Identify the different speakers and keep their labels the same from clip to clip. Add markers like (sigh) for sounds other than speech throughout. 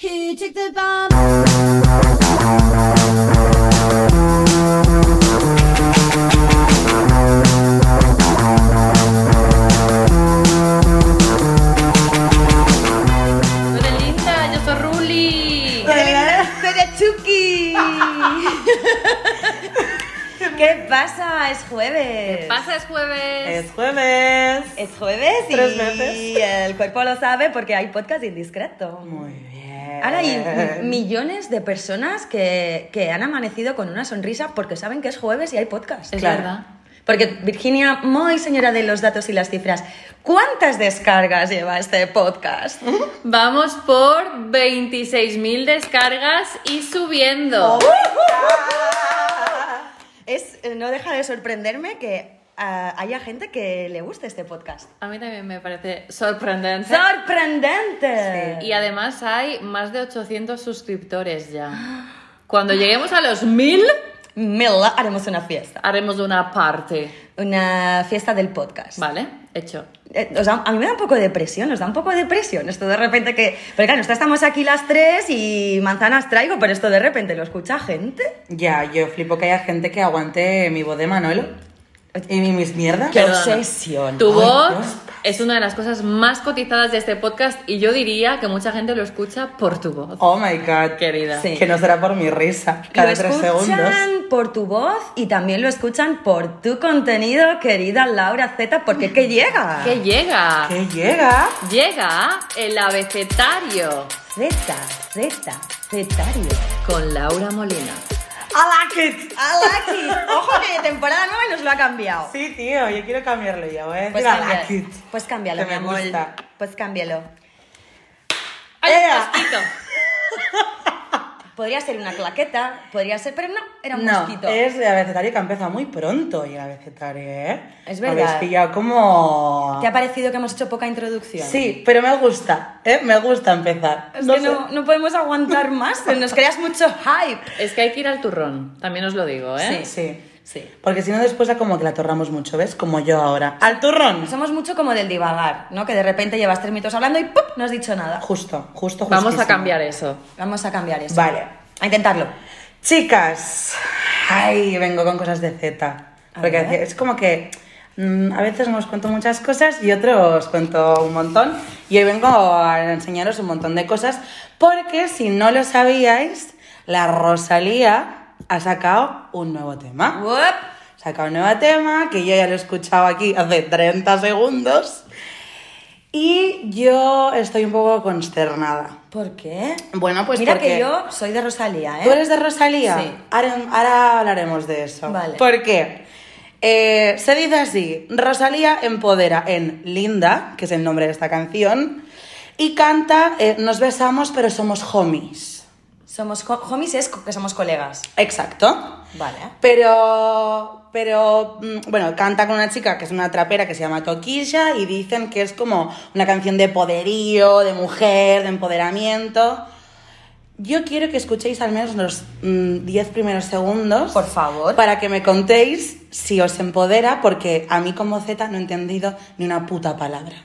Speaker 1: Who took the bomb?
Speaker 2: Hola linda, yo soy Ruli.
Speaker 3: ¡Sería Chucky! ¿Qué pasa? Es jueves.
Speaker 2: Pasa es jueves.
Speaker 4: Es jueves.
Speaker 3: Es jueves y
Speaker 4: Tres veces.
Speaker 3: el cuerpo lo sabe porque hay podcast indiscreto.
Speaker 4: Muy bien.
Speaker 3: Ahora hay m- millones de personas que, que han amanecido con una sonrisa porque saben que es jueves y hay podcast.
Speaker 2: Es
Speaker 4: Claro.
Speaker 2: verdad.
Speaker 3: Porque Virginia, muy señora de los datos y las cifras, ¿cuántas descargas lleva este podcast?
Speaker 2: Vamos por 26.000 descargas y subiendo.
Speaker 3: Es, eh, no deja de sorprenderme que ah, haya gente que le guste este podcast.
Speaker 2: A mí también me parece sorprendente.
Speaker 3: ¡Sorprendente!
Speaker 2: Y además hay más de 800 suscriptores ya. Cuando lleguemos a los 1000,
Speaker 3: Mela, haremos una fiesta.
Speaker 2: haremos una parte.
Speaker 3: Una fiesta del podcast.
Speaker 2: ¿Vale? Hecho.
Speaker 3: Eh, os da- a mí me da un poco de presión, nos da un poco de presión. Esto de repente que. Pero claro, nosotras estamos aquí las tres y manzanas traigo, pero esto de repente lo escucha gente.
Speaker 4: Ya, yo flipo que haya gente que aguante mi voz de Manolo. Y mi- mis mierdas.
Speaker 3: Qué
Speaker 2: Perdona.
Speaker 3: obsesión.
Speaker 2: Tu
Speaker 4: Ay,
Speaker 2: voz
Speaker 4: Dios.
Speaker 2: es una de las cosas más cotizadas de este podcast y yo diría que mucha gente lo escucha por tu voz.
Speaker 4: Oh my god.
Speaker 2: Querida.
Speaker 3: Sí.
Speaker 4: Que no será por mi risa.
Speaker 3: lo
Speaker 4: Cada tres segundos.
Speaker 3: escuchan por tu voz y también lo escuchan por tu contenido, querida Laura Z, porque que llega.
Speaker 2: Que llega.
Speaker 4: Que llega.
Speaker 2: Llega el abecetario
Speaker 3: Z, Z, Zetario.
Speaker 2: con Laura Molina.
Speaker 4: I like it.
Speaker 3: Alaki, ojo que temporada nueva y nos lo ha cambiado.
Speaker 4: Sí, tío, yo quiero cambiarlo ya. Voy a decir
Speaker 3: Pues,
Speaker 4: I
Speaker 3: cambia-
Speaker 4: like it.
Speaker 3: pues cámbialo,
Speaker 4: Que me
Speaker 3: mi amor.
Speaker 4: gusta.
Speaker 3: Pues cámbialo.
Speaker 2: ¡Ay,
Speaker 4: ¡Ea!
Speaker 2: un mosquito!
Speaker 3: Podría ser una claqueta, podría ser, pero no, era un mosquito.
Speaker 4: es el abecedario que ha empezado muy pronto y el abecedario, ¿eh?
Speaker 3: Es
Speaker 4: Me
Speaker 3: verdad.
Speaker 4: Habéis pillado como...
Speaker 3: ¿Te ha parecido que hemos hecho poca introducción?
Speaker 4: Sí, pero me gusta, ¿eh? Me gusta empezar.
Speaker 3: Es
Speaker 4: No
Speaker 3: que
Speaker 4: sé.
Speaker 3: no, no podemos aguantar más, nos creas mucho hype.
Speaker 2: Es que hay que ir al turrón, también os lo digo, ¿eh?
Speaker 4: Sí.
Speaker 3: Sí.
Speaker 4: Porque si no, después ya como que la torramos mucho, ¿ves? Como yo ahora. ¡Al turrón!
Speaker 3: Somos mucho como del divagar, ¿no? Que de repente llevas tres minutos hablando y ¡pum! no has dicho nada.
Speaker 4: Justo, justo, justo.
Speaker 2: Vamos a cambiar eso.
Speaker 3: Vamos a cambiar eso.
Speaker 4: Vale.
Speaker 3: A intentarlo.
Speaker 4: Chicas, ay, vengo con cosas de Z. Porque
Speaker 3: ver.
Speaker 4: es como que mm, a veces os cuento muchas cosas y otros cuento un montón. Y hoy vengo a enseñaros un montón de cosas. Porque si no lo sabíais, la Rosalía ha sacado un nuevo tema.
Speaker 3: Uop.
Speaker 4: saca un nuevo tema que yo ya lo he escuchado aquí hace 30 segundos y yo estoy un poco consternada.
Speaker 3: ¿Por qué?
Speaker 4: Bueno, pues
Speaker 3: Mira
Speaker 4: porque
Speaker 3: que yo soy de Rosalía, ¿eh?
Speaker 4: ¿Tú eres de Rosalía?
Speaker 3: Sí.
Speaker 4: Ahora, ahora hablaremos de eso.
Speaker 3: Vale.
Speaker 4: ¿Por qué? Eh, se dice así, Rosalía empodera en Linda, que es el nombre de esta canción, y canta eh, Nos besamos pero somos homies.
Speaker 3: Somos co- homies, es co- que somos colegas.
Speaker 4: Exacto.
Speaker 3: Vale.
Speaker 4: Pero, pero, mm, bueno, canta con una chica que es una trapera que se llama Toquilla y dicen que es como una canción de poderío, de mujer, de empoderamiento. Yo quiero que escuchéis al menos los mm, 10 primeros segundos.
Speaker 3: Por favor.
Speaker 4: Para que me contéis si os empodera, porque a mí como Z no he entendido ni una puta palabra.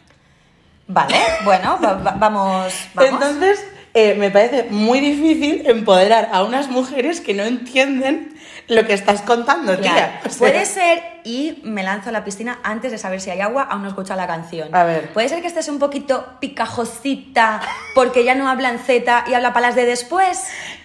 Speaker 3: Vale, bueno, va- va- vamos, vamos.
Speaker 4: Entonces, eh, me parece muy difícil empoderar a unas mujeres que no entienden lo que estás contando,
Speaker 3: Claro.
Speaker 4: tía. O sea,
Speaker 3: Puede ser, y me lanzo a la piscina antes de saber si hay agua, aún no escucha la canción.
Speaker 4: A ver.
Speaker 3: Puede ser que estés un poquito picajosita porque ya no hablan Z y habla palas de después.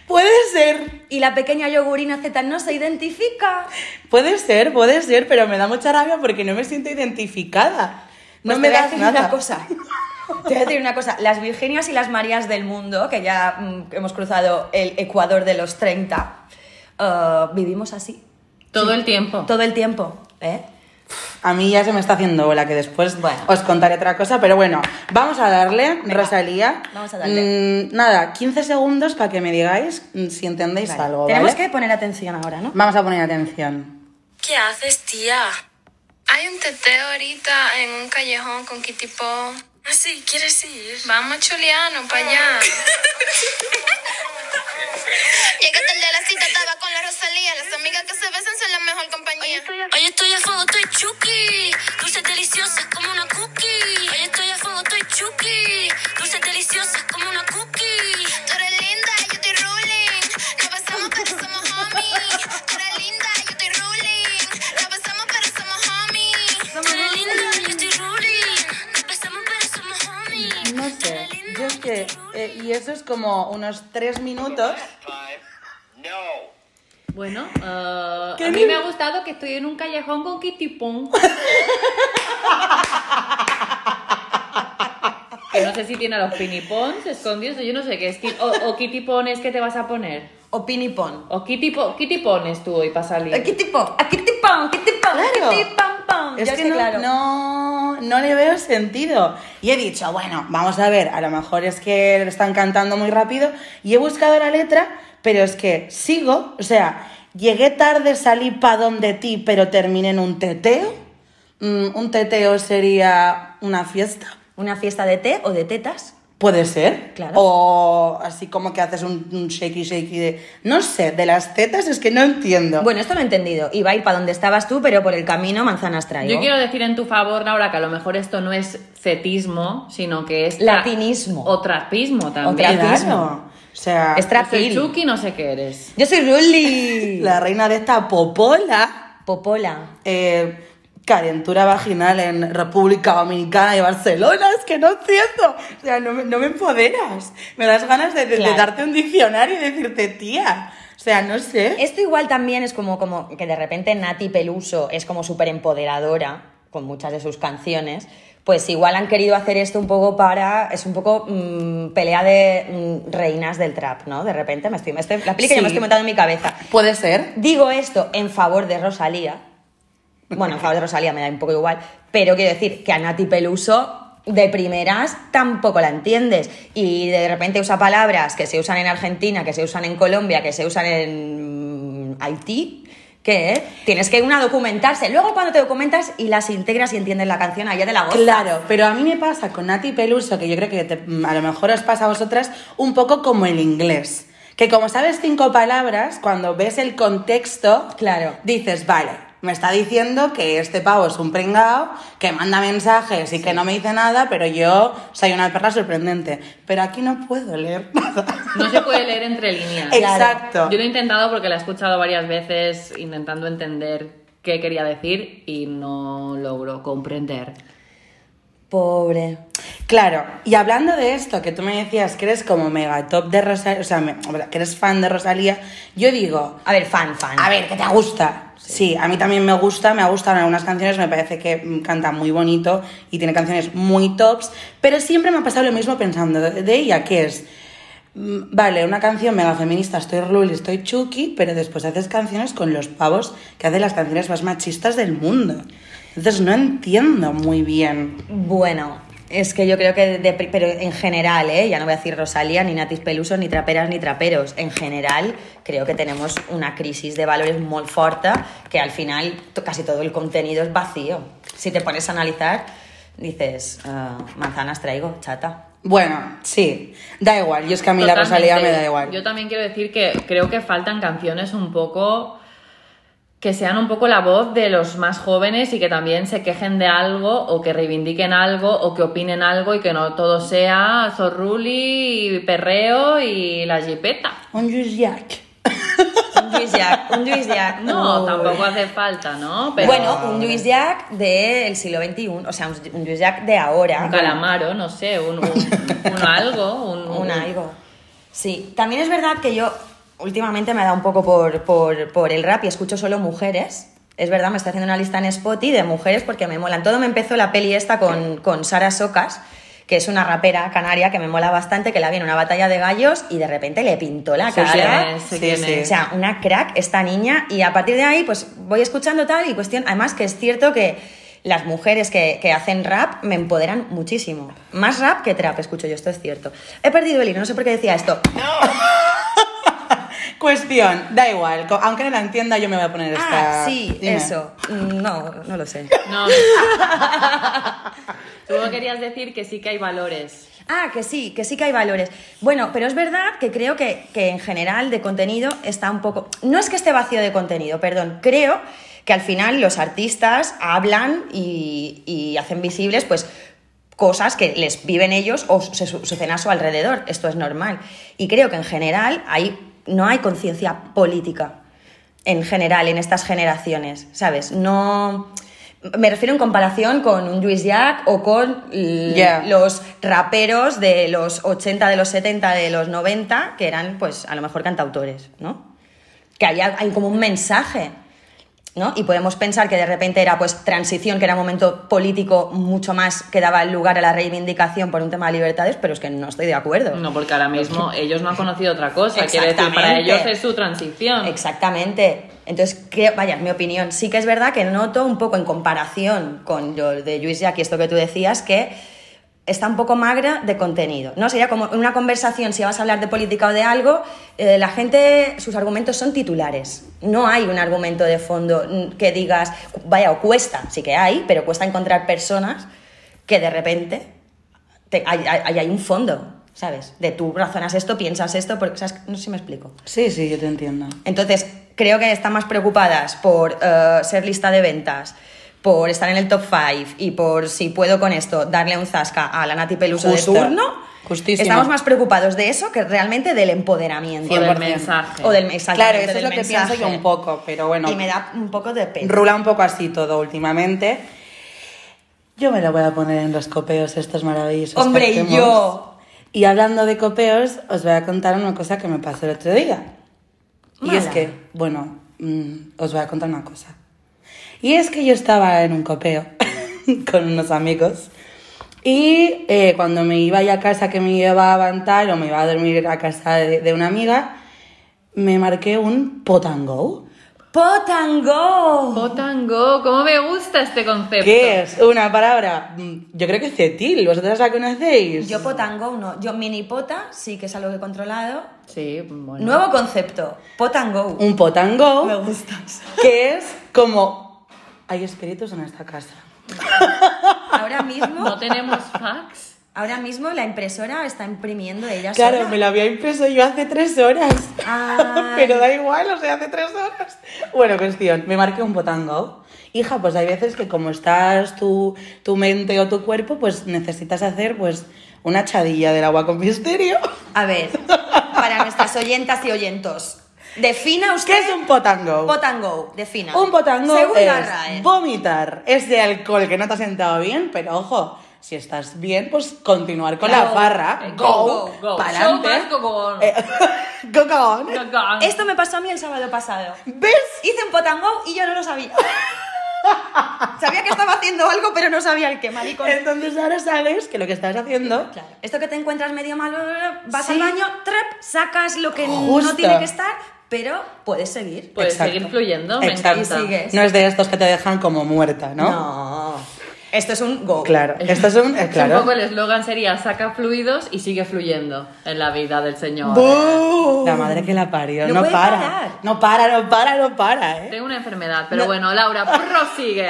Speaker 4: Puede ser,
Speaker 3: Y la pequeña yogurina Z no se identifica.
Speaker 4: puede ser, puede ser, pero me da mucha rabia porque no me siento identificada.
Speaker 3: Pues
Speaker 4: no me
Speaker 3: te voy a
Speaker 4: das
Speaker 3: decir
Speaker 4: nada.
Speaker 3: una cosa. Te voy a decir una cosa. Las Virginias y las Marías del mundo, que ya mm, hemos cruzado el Ecuador de los 30, eh, vivimos así.
Speaker 2: Todo el tiempo.
Speaker 3: Todo el tiempo, ¿eh?
Speaker 4: A mí ya se me está haciendo bola, que después
Speaker 3: Bueno.
Speaker 4: os contaré otra cosa, pero bueno, vamos a darle, Rosalía.
Speaker 3: vamos a darle.
Speaker 4: Mm, nada, 15 segundos para que me digáis mm, si entendéis
Speaker 3: Vale.
Speaker 4: algo,
Speaker 3: Tenemos
Speaker 4: ¿vale? Mm.
Speaker 3: que poner atención ahora, ¿no?
Speaker 4: Vamos a poner atención.
Speaker 5: ¿Qué haces, tía? Hay un teteo ahorita en un callejón con Kitty Po. Ah, sí, ¿quieres ir? Vamos, Chuliano, para allá.
Speaker 6: Llega tarde a la cita, estaba con la Rosalía. Las amigas que se besan son la mejor compañía.
Speaker 7: Hoy estoy a fuego, estoy chuki. Dulces deliciosas como una cookie. Hoy estoy a fuego, estoy chuki. Dulces deliciosas como una cookie.
Speaker 6: Tú eres
Speaker 4: Eh, y eso es como unos tres minutos.
Speaker 2: Bueno, eh,
Speaker 4: ¿Qué
Speaker 2: a mí
Speaker 4: ni-
Speaker 2: me ha gustado que estoy en un callejón con Kitty
Speaker 4: (laughs)
Speaker 2: Pong. que no sé si tiene a los pinipons escondidos, o yo no sé qué es. Ki- O, o Kitty Pong es que te vas a poner.
Speaker 3: O pinipón.
Speaker 2: O Kitty, Po- Kitty Pong es tú hoy para salir.
Speaker 3: Aquí tipo, aquí tipo, aquí tipo,
Speaker 4: Claro.
Speaker 3: aquí pam pam.
Speaker 4: Es
Speaker 3: Yo
Speaker 4: que, no,
Speaker 3: Ah, claro.
Speaker 4: no, no le veo sentido. Y he dicho, bueno, vamos a ver, a lo mejor es que lo están cantando muy rápido. Y he buscado la letra, pero es que sigo, o sea, llegué tarde, salí pa' donde ti, pero terminé en un teteo. Mm, un teteo sería una fiesta,
Speaker 3: Una fiesta de té o de tetas.
Speaker 4: puede ser.
Speaker 3: Claro.
Speaker 4: O así como que haces un, un shaky shaky de, no sé, de las tetas es que no entiendo.
Speaker 3: Bueno, esto lo he entendido. Iba a ir para donde estabas tú, pero por el camino manzanas traigo.
Speaker 2: Yo quiero decir en tu favor, Laura, que a lo mejor esto no es cetismo, sino que es... tra-
Speaker 3: Latinismo.
Speaker 2: O trapismo también.
Speaker 3: Otra-
Speaker 4: claro. O
Speaker 3: Es
Speaker 4: sea,
Speaker 2: Yo soy
Speaker 3: trapil.
Speaker 2: Chucky, no sé qué eres.
Speaker 3: Yo soy Ruli.
Speaker 4: la reina de esta popola.
Speaker 3: Popola.
Speaker 4: eh, calentura vaginal en República Dominicana y Barcelona, es que no entiendo, o sea, no, me- no me empoderas, me das ganas de, de- de
Speaker 3: Claro.
Speaker 4: darte un diccionario y decirte tía, o sea, no sé.
Speaker 3: Esto igual también es como, como que de repente Nati Peluso es como súper empoderadora con muchas de sus canciones. Pues igual han querido hacer esto un poco para. Es un poco mm, pelea de mm, reinas del trap, ¿no? De repente me estoy. Me estoy la peli que yo
Speaker 4: Sí.
Speaker 3: me estoy montando en mi cabeza.
Speaker 4: Puede ser.
Speaker 3: Digo esto en favor de Rosalía. Bueno, en favor de Rosalía me da un poco igual, pero quiero decir que a Nati Peluso de primeras tampoco la entiendes y de repente usa palabras que se usan en Argentina, que se usan en Colombia, que se usan en mm, Haití, que tienes que una documentarse. Luego cuando te documentas y las integras y entiendes la canción, allá de la voz.
Speaker 4: Claro, pero a mí me pasa con Nati Peluso, que yo creo que te- a lo mejor os pasa a vosotras un poco como el inglés, que como sabes cinco palabras, cuando ves el contexto,
Speaker 3: Claro.
Speaker 4: dices, vale, me está diciendo que este pavo es un pringao, que manda mensajes y que no me dice nada, pero yo soy una perra sorprendente. Pero aquí no puedo leer (laughs) nada.
Speaker 2: No se puede leer entre líneas.
Speaker 4: (laughs) Exacto.
Speaker 2: Yo lo he intentado porque la he escuchado varias veces intentando entender qué quería decir y no logro comprender.
Speaker 3: Pobre.
Speaker 4: Claro, y hablando de esto, que tú me decías que eres como mega top de Rosalía, o sea, me- que eres fan de Rosalía, yo digo,
Speaker 3: A ver, fan, fan.
Speaker 4: A ver, que te gusta. Sí. a mí también me gusta, me gustan algunas canciones, me parece que mm, canta muy bonito y tiene canciones muy tops, pero siempre me ha pasado lo mismo pensando de de ella, que es, mm, vale, una canción mega feminista, estoy Rulli, estoy Chucky, pero después haces canciones con los pavos que hacen las canciones más machistas del mundo. Entonces no entiendo muy bien.
Speaker 3: Bueno, es que yo creo que, de pri- pero en general, ¿eh? ya no voy a decir Rosalía, ni Natis Peluso, ni traperas, ni traperos. En general, creo que tenemos una crisis de valores muy fuerte, que al final to- casi todo el contenido es vacío. Si te pones a analizar, dices, "Ah, manzanas traigo, chata.
Speaker 4: Bueno, sí, da igual, yo es que a mí la
Speaker 2: Totalmente.
Speaker 4: Rosalía me da igual.
Speaker 2: Yo también quiero decir que creo que faltan canciones un poco que sean un poco la voz de los más jóvenes y que también se quejen de algo o que reivindiquen algo o que opinen algo y que no todo sea zorruli y perreo y la jipeta.
Speaker 4: Un Juice Jack.
Speaker 3: Un Luis Jack, un Luis
Speaker 2: (laughs)
Speaker 3: Jack.
Speaker 2: No,
Speaker 3: Uy.
Speaker 2: tampoco hace falta, ¿no? Pero
Speaker 3: Bueno, un Luis Jack del siglo XXI, o sea, un un Luis Jack de ahora.
Speaker 2: un calamaro, no sé, un, un- un algo,
Speaker 4: (laughs)
Speaker 2: un,
Speaker 3: un algo. Sí, también es verdad que yo últimamente me ha dado un poco por, por, por el rap y escucho solo mujeres. Es verdad, me estoy haciendo una lista en Spotify de mujeres porque me molan. Todo me empezó la peli esta con, con Sara Socas, que es una rapera canaria que me mola bastante, que la vi en una batalla de gallos y de repente le pintó la
Speaker 2: Sí,
Speaker 3: cara.
Speaker 2: sí, sí,
Speaker 4: Sí,
Speaker 2: sí.
Speaker 4: sí.
Speaker 3: O sea, una crack esta niña y a partir de ahí pues voy escuchando tal y cuestión. Además que es cierto que las mujeres que, que hacen rap me empoderan muchísimo. Más rap que trap, escucho yo, esto es cierto. He perdido el hilo, no sé por qué decía esto.
Speaker 4: Cuestión, da igual, co- aunque no la entienda yo me voy a poner esta...
Speaker 3: Ah, sí,
Speaker 4: Dime.
Speaker 3: eso. Mm, No, no lo sé.
Speaker 2: No. (laughs) Tú no querías decir que sí que hay valores.
Speaker 3: Ah, que sí, que sí que hay valores. Bueno, pero es verdad que creo que, que en general de contenido está un poco... No es que esté vacío de contenido, perdón. Creo que al final los artistas hablan y, y hacen visibles pues cosas que les viven ellos o se su- suceden a su alrededor. Esto es normal. Y creo que en general hay, no hay conciencia política en general en estas generaciones, ¿sabes? No... Me refiero en comparación con un Luis Jack o con l-
Speaker 4: Ya.
Speaker 3: los raperos de los 80, de los 70, de los 90, que eran, pues, a lo mejor cantautores, ¿no? Que allá hay como un mensaje, ¿no? Y podemos pensar que de repente era, pues, transición, que era un momento político mucho más que daba lugar a la reivindicación por un tema de libertades, pero es que no estoy de acuerdo.
Speaker 2: No, porque ahora mismo ellos no han conocido otra cosa. Quiere decir, para
Speaker 3: Exactamente.
Speaker 2: ellos es su transición.
Speaker 3: Exactamente. Entonces, creo, vaya, es mi opinión. Sí que es verdad que noto un poco en comparación con lo de Luis Jack y esto que tú decías, que está un poco magra de contenido. ¿no? Sería como en una conversación, si vas a hablar de política o de algo, eh, la gente, sus argumentos son titulares. No hay un argumento de fondo mm, que digas, vaya, o cuesta, sí que hay, pero cuesta encontrar personas que de repente te- hay, hay- hay un fondo, ¿sabes? De tú razonas esto, piensas esto, porque, ¿sabes? no sé si me explico.
Speaker 4: Sí, sí, yo te entiendo.
Speaker 3: Entonces, creo que están más preocupadas por eh, ser lista de ventas, por estar en el top 5 y por si puedo con esto darle un zasca a la Nati Peluso
Speaker 4: Justo.
Speaker 3: de turno.
Speaker 4: Justísimo.
Speaker 3: Estamos más preocupados de eso que realmente del empoderamiento.
Speaker 2: O del
Speaker 4: 100%.
Speaker 2: mensaje.
Speaker 3: O del mensaje.
Speaker 4: Claro, eso es
Speaker 3: del
Speaker 4: lo que pienso
Speaker 3: mensaje.
Speaker 4: yo un poco, pero bueno.
Speaker 3: Y me da un poco de pena.
Speaker 4: Rula un poco así todo últimamente. Yo me la voy a poner en los copeos estos maravillosos.
Speaker 3: Hombre,
Speaker 4: que hacemos.
Speaker 3: yo.
Speaker 4: Y hablando de copeos, os voy a contar una cosa que me pasó el otro día. Y es
Speaker 3: Mala.
Speaker 4: que, bueno, mm, os voy a contar una cosa. Y es que yo estaba en un copeo (laughs) con unos amigos. Y eh, cuando me iba ya a casa que me iba a levantar o me iba a dormir a casa de, de una amiga, me marqué un potango.
Speaker 3: ¡Potango!
Speaker 2: Potango, Oh, ¿cómo me gusta este concepto?
Speaker 4: ¿Qué es? Una palabra. mm, Yo creo que es cetil. ¿Vosotras la conocéis?
Speaker 3: Yo potango no. Yo mini pota, sí que es algo que he controlado.
Speaker 2: Sí, bueno.
Speaker 3: Nuevo concepto. Potango.
Speaker 4: Un potango.
Speaker 3: Me gustas.
Speaker 4: Que es como. Hay espíritus en esta casa.
Speaker 3: Ahora mismo.
Speaker 2: ¿No tenemos fax?
Speaker 3: Ahora mismo la impresora está imprimiendo ella
Speaker 4: Claro,
Speaker 3: sola.
Speaker 4: me la había impreso yo hace tres horas.
Speaker 3: Ay.
Speaker 4: (laughs) Pero da igual, o sea, hace tres horas. Bueno, cuestión. Me marqué un potango. Hija, pues hay veces que como estás tu, tu mente o tu cuerpo, pues necesitas hacer pues una chadilla del agua con misterio. (laughs)
Speaker 3: A ver, para nuestras oyentas y oyentos, defina usted...
Speaker 4: ¿Qué es un potango?
Speaker 3: potango? defina.
Speaker 4: Un potango
Speaker 3: Según eh. la
Speaker 4: es
Speaker 3: RAE.
Speaker 4: vomitar. Es de alcohol que no te has sentado bien, pero ojo, si estás bien, pues continuar con la
Speaker 3: Claro.
Speaker 4: barra.
Speaker 2: Eh,
Speaker 4: Go,
Speaker 2: go, go, go.
Speaker 4: pa'lante.
Speaker 2: Show must go on.
Speaker 4: Eh, (laughs) go, go on.
Speaker 2: Go on.
Speaker 3: Esto me pasó a mí el sábado pasado.
Speaker 4: ¿Ves?
Speaker 3: Hice un potango y yo no lo
Speaker 4: (laughs)
Speaker 3: sabía. sabía que estaba haciendo algo, pero no sabía el qué, maricón.
Speaker 4: Entonces ahora sabes que lo que estás haciendo
Speaker 3: Claro. Esto que te encuentras medio malo, vas
Speaker 4: Sí.
Speaker 3: al baño, trep, sacas lo que
Speaker 4: Justo. Pues
Speaker 3: no tiene que estar, pero puedes seguir.
Speaker 2: Puedes
Speaker 4: Exacto.
Speaker 2: seguir fluyendo, me
Speaker 4: Exacto.
Speaker 2: encanta.
Speaker 3: Y sigues.
Speaker 4: no es de estos que te dejan como muerta, ¿no?
Speaker 3: Esto es un go.
Speaker 4: Claro. Esto es un. eh,
Speaker 2: Es Un
Speaker 4: claro.
Speaker 2: poco el eslogan sería saca fluidos y sigue fluyendo en la vida del señor.
Speaker 4: ¡Bú! La madre que la parió.
Speaker 3: No
Speaker 4: No,
Speaker 3: puede
Speaker 4: para.
Speaker 3: parar.
Speaker 4: No para, no para, no para, ¿eh?
Speaker 2: Tengo una enfermedad, pero bueno, Laura, prosigue.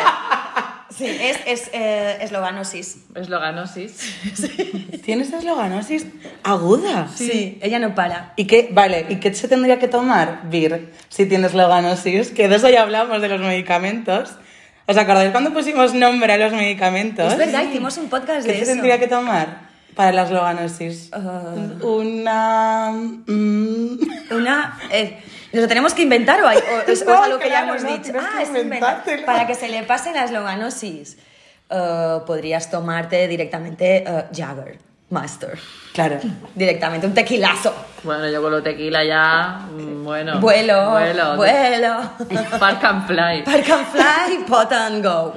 Speaker 3: Sí, es, es eh, eslovanosis.
Speaker 2: Esloganosis.
Speaker 4: Tienes esloganosis aguda.
Speaker 3: Sí. ella no para.
Speaker 4: ¿Y qué, vale, ¿y qué se tendría que tomar, Vir, si tienes loganosis? Que de eso ya hablamos de los medicamentos. ¿Os acordáis cuando pusimos nombre a los medicamentos?
Speaker 3: Es verdad, hicimos un podcast de
Speaker 4: ¿Qué se
Speaker 3: eso. Ah.
Speaker 4: tendría que tomar para las loganosis? Una... mm, (laughs)
Speaker 3: Una. eh, ¿Nos lo tenemos que inventar o, hay, o- o es
Speaker 4: No,
Speaker 3: algo que
Speaker 4: claro,
Speaker 3: ya hemos
Speaker 4: no,
Speaker 3: dicho?
Speaker 4: tienes
Speaker 3: Ah,
Speaker 4: que
Speaker 3: es inventar.
Speaker 4: inventártelo.
Speaker 3: Para que se le pase la eslovanosis, eh, podrías tomarte directamente eh, Jagger Master.
Speaker 4: Claro.
Speaker 3: Directamente, un tequilazo.
Speaker 2: Bueno, yo con lo tequila ya. mm, Bueno.
Speaker 3: Vuelo,
Speaker 2: Vuelo.
Speaker 3: vuelo. (laughs)
Speaker 2: Park and fly.
Speaker 3: Park and fly, pot and go.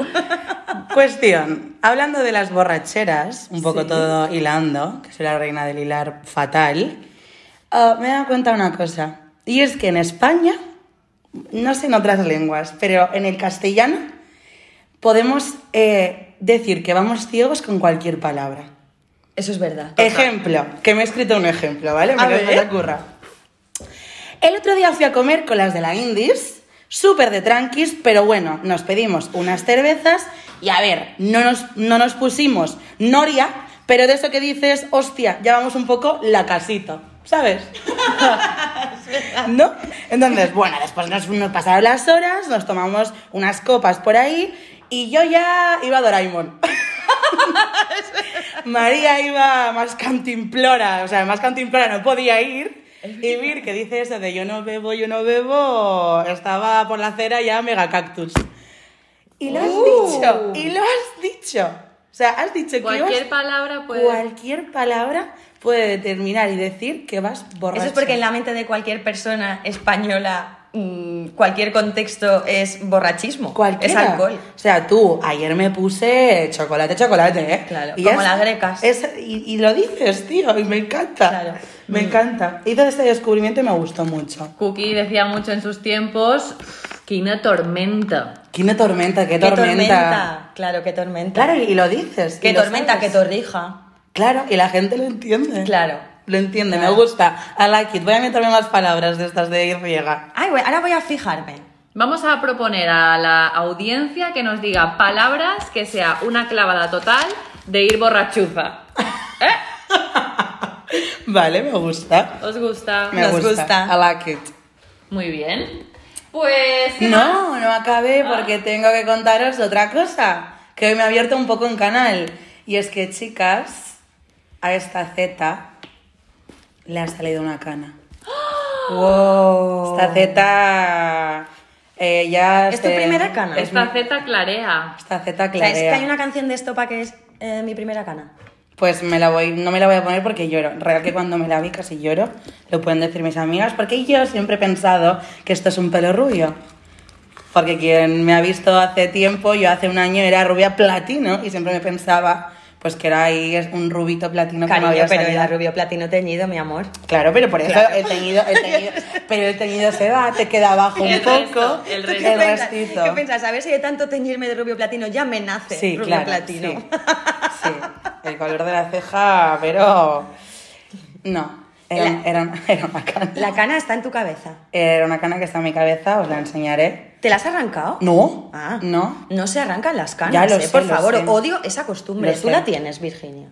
Speaker 4: Cuestión. Hablando de las borracheras, un poco todo hilando, que soy la reina del hilar fatal, ah, me he dado cuenta de una cosa. Y es que en España, no sé en otras lenguas, pero en el castellano podemos eh, decir que vamos ciegos con cualquier palabra.
Speaker 3: Eso es verdad.
Speaker 4: Ejemplo, que me he escrito un ejemplo, ¿vale? Me
Speaker 3: A
Speaker 4: lo
Speaker 3: ver.
Speaker 4: me lo ocurra. El otro día fui a comer con las de la Indies, súper de tranquis, pero bueno, nos pedimos unas cervezas y a ver, no nos, no nos pusimos noria, pero de eso que dices, hostia, ya vamos un poco la casita, ¿sabes? ¿No? Entonces, bueno, después nos, nos pasaron las horas, nos tomamos unas copas por ahí y yo ya iba a Doraemon. (laughs) María iba más cantimplora, o sea, más cantimplora no podía ir. Y Vir, que dice eso de yo no bebo, yo no bebo, estaba por la acera ya mega cactus. Y lo has
Speaker 3: Uh.
Speaker 4: dicho, y lo has dicho. O sea, has dicho que
Speaker 2: Cualquier
Speaker 4: ibas-
Speaker 2: palabra puede.
Speaker 4: cualquier palabra puede determinar y decir que vas borracho.
Speaker 3: Eso es porque en la mente de cualquier persona española mm, cualquier contexto es borrachismo.
Speaker 4: Cualquiera.
Speaker 3: Es alcohol.
Speaker 4: O sea, tú, ayer me puse chocolate, chocolate, ¿eh?
Speaker 3: Claro,
Speaker 4: Y
Speaker 3: como
Speaker 4: es-
Speaker 3: las grecas.
Speaker 4: es- y, y lo dices, tío, y me encanta.
Speaker 3: Claro. Mm.
Speaker 4: Me encanta. Hice este descubrimiento y me gustó mucho.
Speaker 2: Cookie decía mucho en sus tiempos, quina tormenta.
Speaker 4: ¿Qué me tormenta? ¿Qué,
Speaker 3: Qué tormenta. Claro, qué tormenta.
Speaker 4: Claro, y, y lo dices. y
Speaker 3: qué
Speaker 4: lo
Speaker 3: tormenta,
Speaker 4: sabes.
Speaker 3: qué torrija.
Speaker 4: Claro, y la gente lo entiende.
Speaker 3: Claro.
Speaker 4: Lo entiende, me gusta. I like it. Voy a meterme más palabras de estas de griega.
Speaker 3: Ay, güey, ahora voy a fijarme.
Speaker 2: Vamos a proponer a la audiencia que nos diga palabras que sea una clavada total de ir borrachuza.
Speaker 4: Vale, me gusta.
Speaker 2: ¿Os gusta?
Speaker 4: Me
Speaker 3: Nos
Speaker 4: gusta.
Speaker 3: gusta.
Speaker 4: I like it.
Speaker 2: Muy bien. Pues. ¿qué más?
Speaker 3: (laughs)
Speaker 4: No, no acabé
Speaker 3: Ah.
Speaker 4: porque tengo que contaros otra cosa. Que hoy me ha abierto un poco un canal. Y es que, chicas, a esta Z le ha salido una cana.
Speaker 3: ¡Ah! Wow.
Speaker 4: Esta Z. eh, ya
Speaker 3: ¿Es tu primera cana?
Speaker 4: es
Speaker 2: Esta
Speaker 4: mi-
Speaker 2: Z clarea.
Speaker 4: Esta Z
Speaker 3: O sea,
Speaker 4: clarea.
Speaker 3: es que hay una canción de Estopa que es eh, mi primera cana.
Speaker 4: Pues me la voy, no me la voy a poner porque lloro. Real que cuando me la vi casi lloro. Lo pueden decir mis amigas porque yo siempre he pensado que esto es un pelo rubio. Porque quien me ha visto hace tiempo, yo hace un año era rubia platino y siempre me pensaba pues que era ahí es un rubito platino que me
Speaker 3: Cariño,
Speaker 4: había
Speaker 3: pero
Speaker 4: salido.
Speaker 3: era rubio platino teñido, mi amor.
Speaker 4: Claro, pero por eso el teñido, el teñido- pero el teñido se va, te queda abajo un
Speaker 2: El
Speaker 4: poco,
Speaker 2: resto, el
Speaker 4: ¿Tú qué
Speaker 2: resto.
Speaker 3: piensas?
Speaker 4: restito.
Speaker 3: ¿Qué piensas? A ver si de tanto teñirme de rubio platino ya me nace
Speaker 4: Sí,
Speaker 3: rubio
Speaker 4: claro.
Speaker 3: platino. (laughs)
Speaker 4: Sí, sí. el color de la ceja, pero. No, era,
Speaker 3: La-
Speaker 4: era una- era una cana.
Speaker 3: La cana está en tu cabeza.
Speaker 4: Era una cana que está en mi cabeza, os la enseñaré.
Speaker 3: ¿Te la has arrancado?
Speaker 4: No,
Speaker 3: Ah,
Speaker 4: no.
Speaker 3: No se arrancan las canas.
Speaker 4: Ya lo
Speaker 3: eh,
Speaker 4: sé,
Speaker 3: por
Speaker 4: lo
Speaker 3: favor,
Speaker 4: sé.
Speaker 3: odio esa costumbre.
Speaker 4: Lo
Speaker 3: Tú
Speaker 4: sé.
Speaker 3: la tienes, Virginia.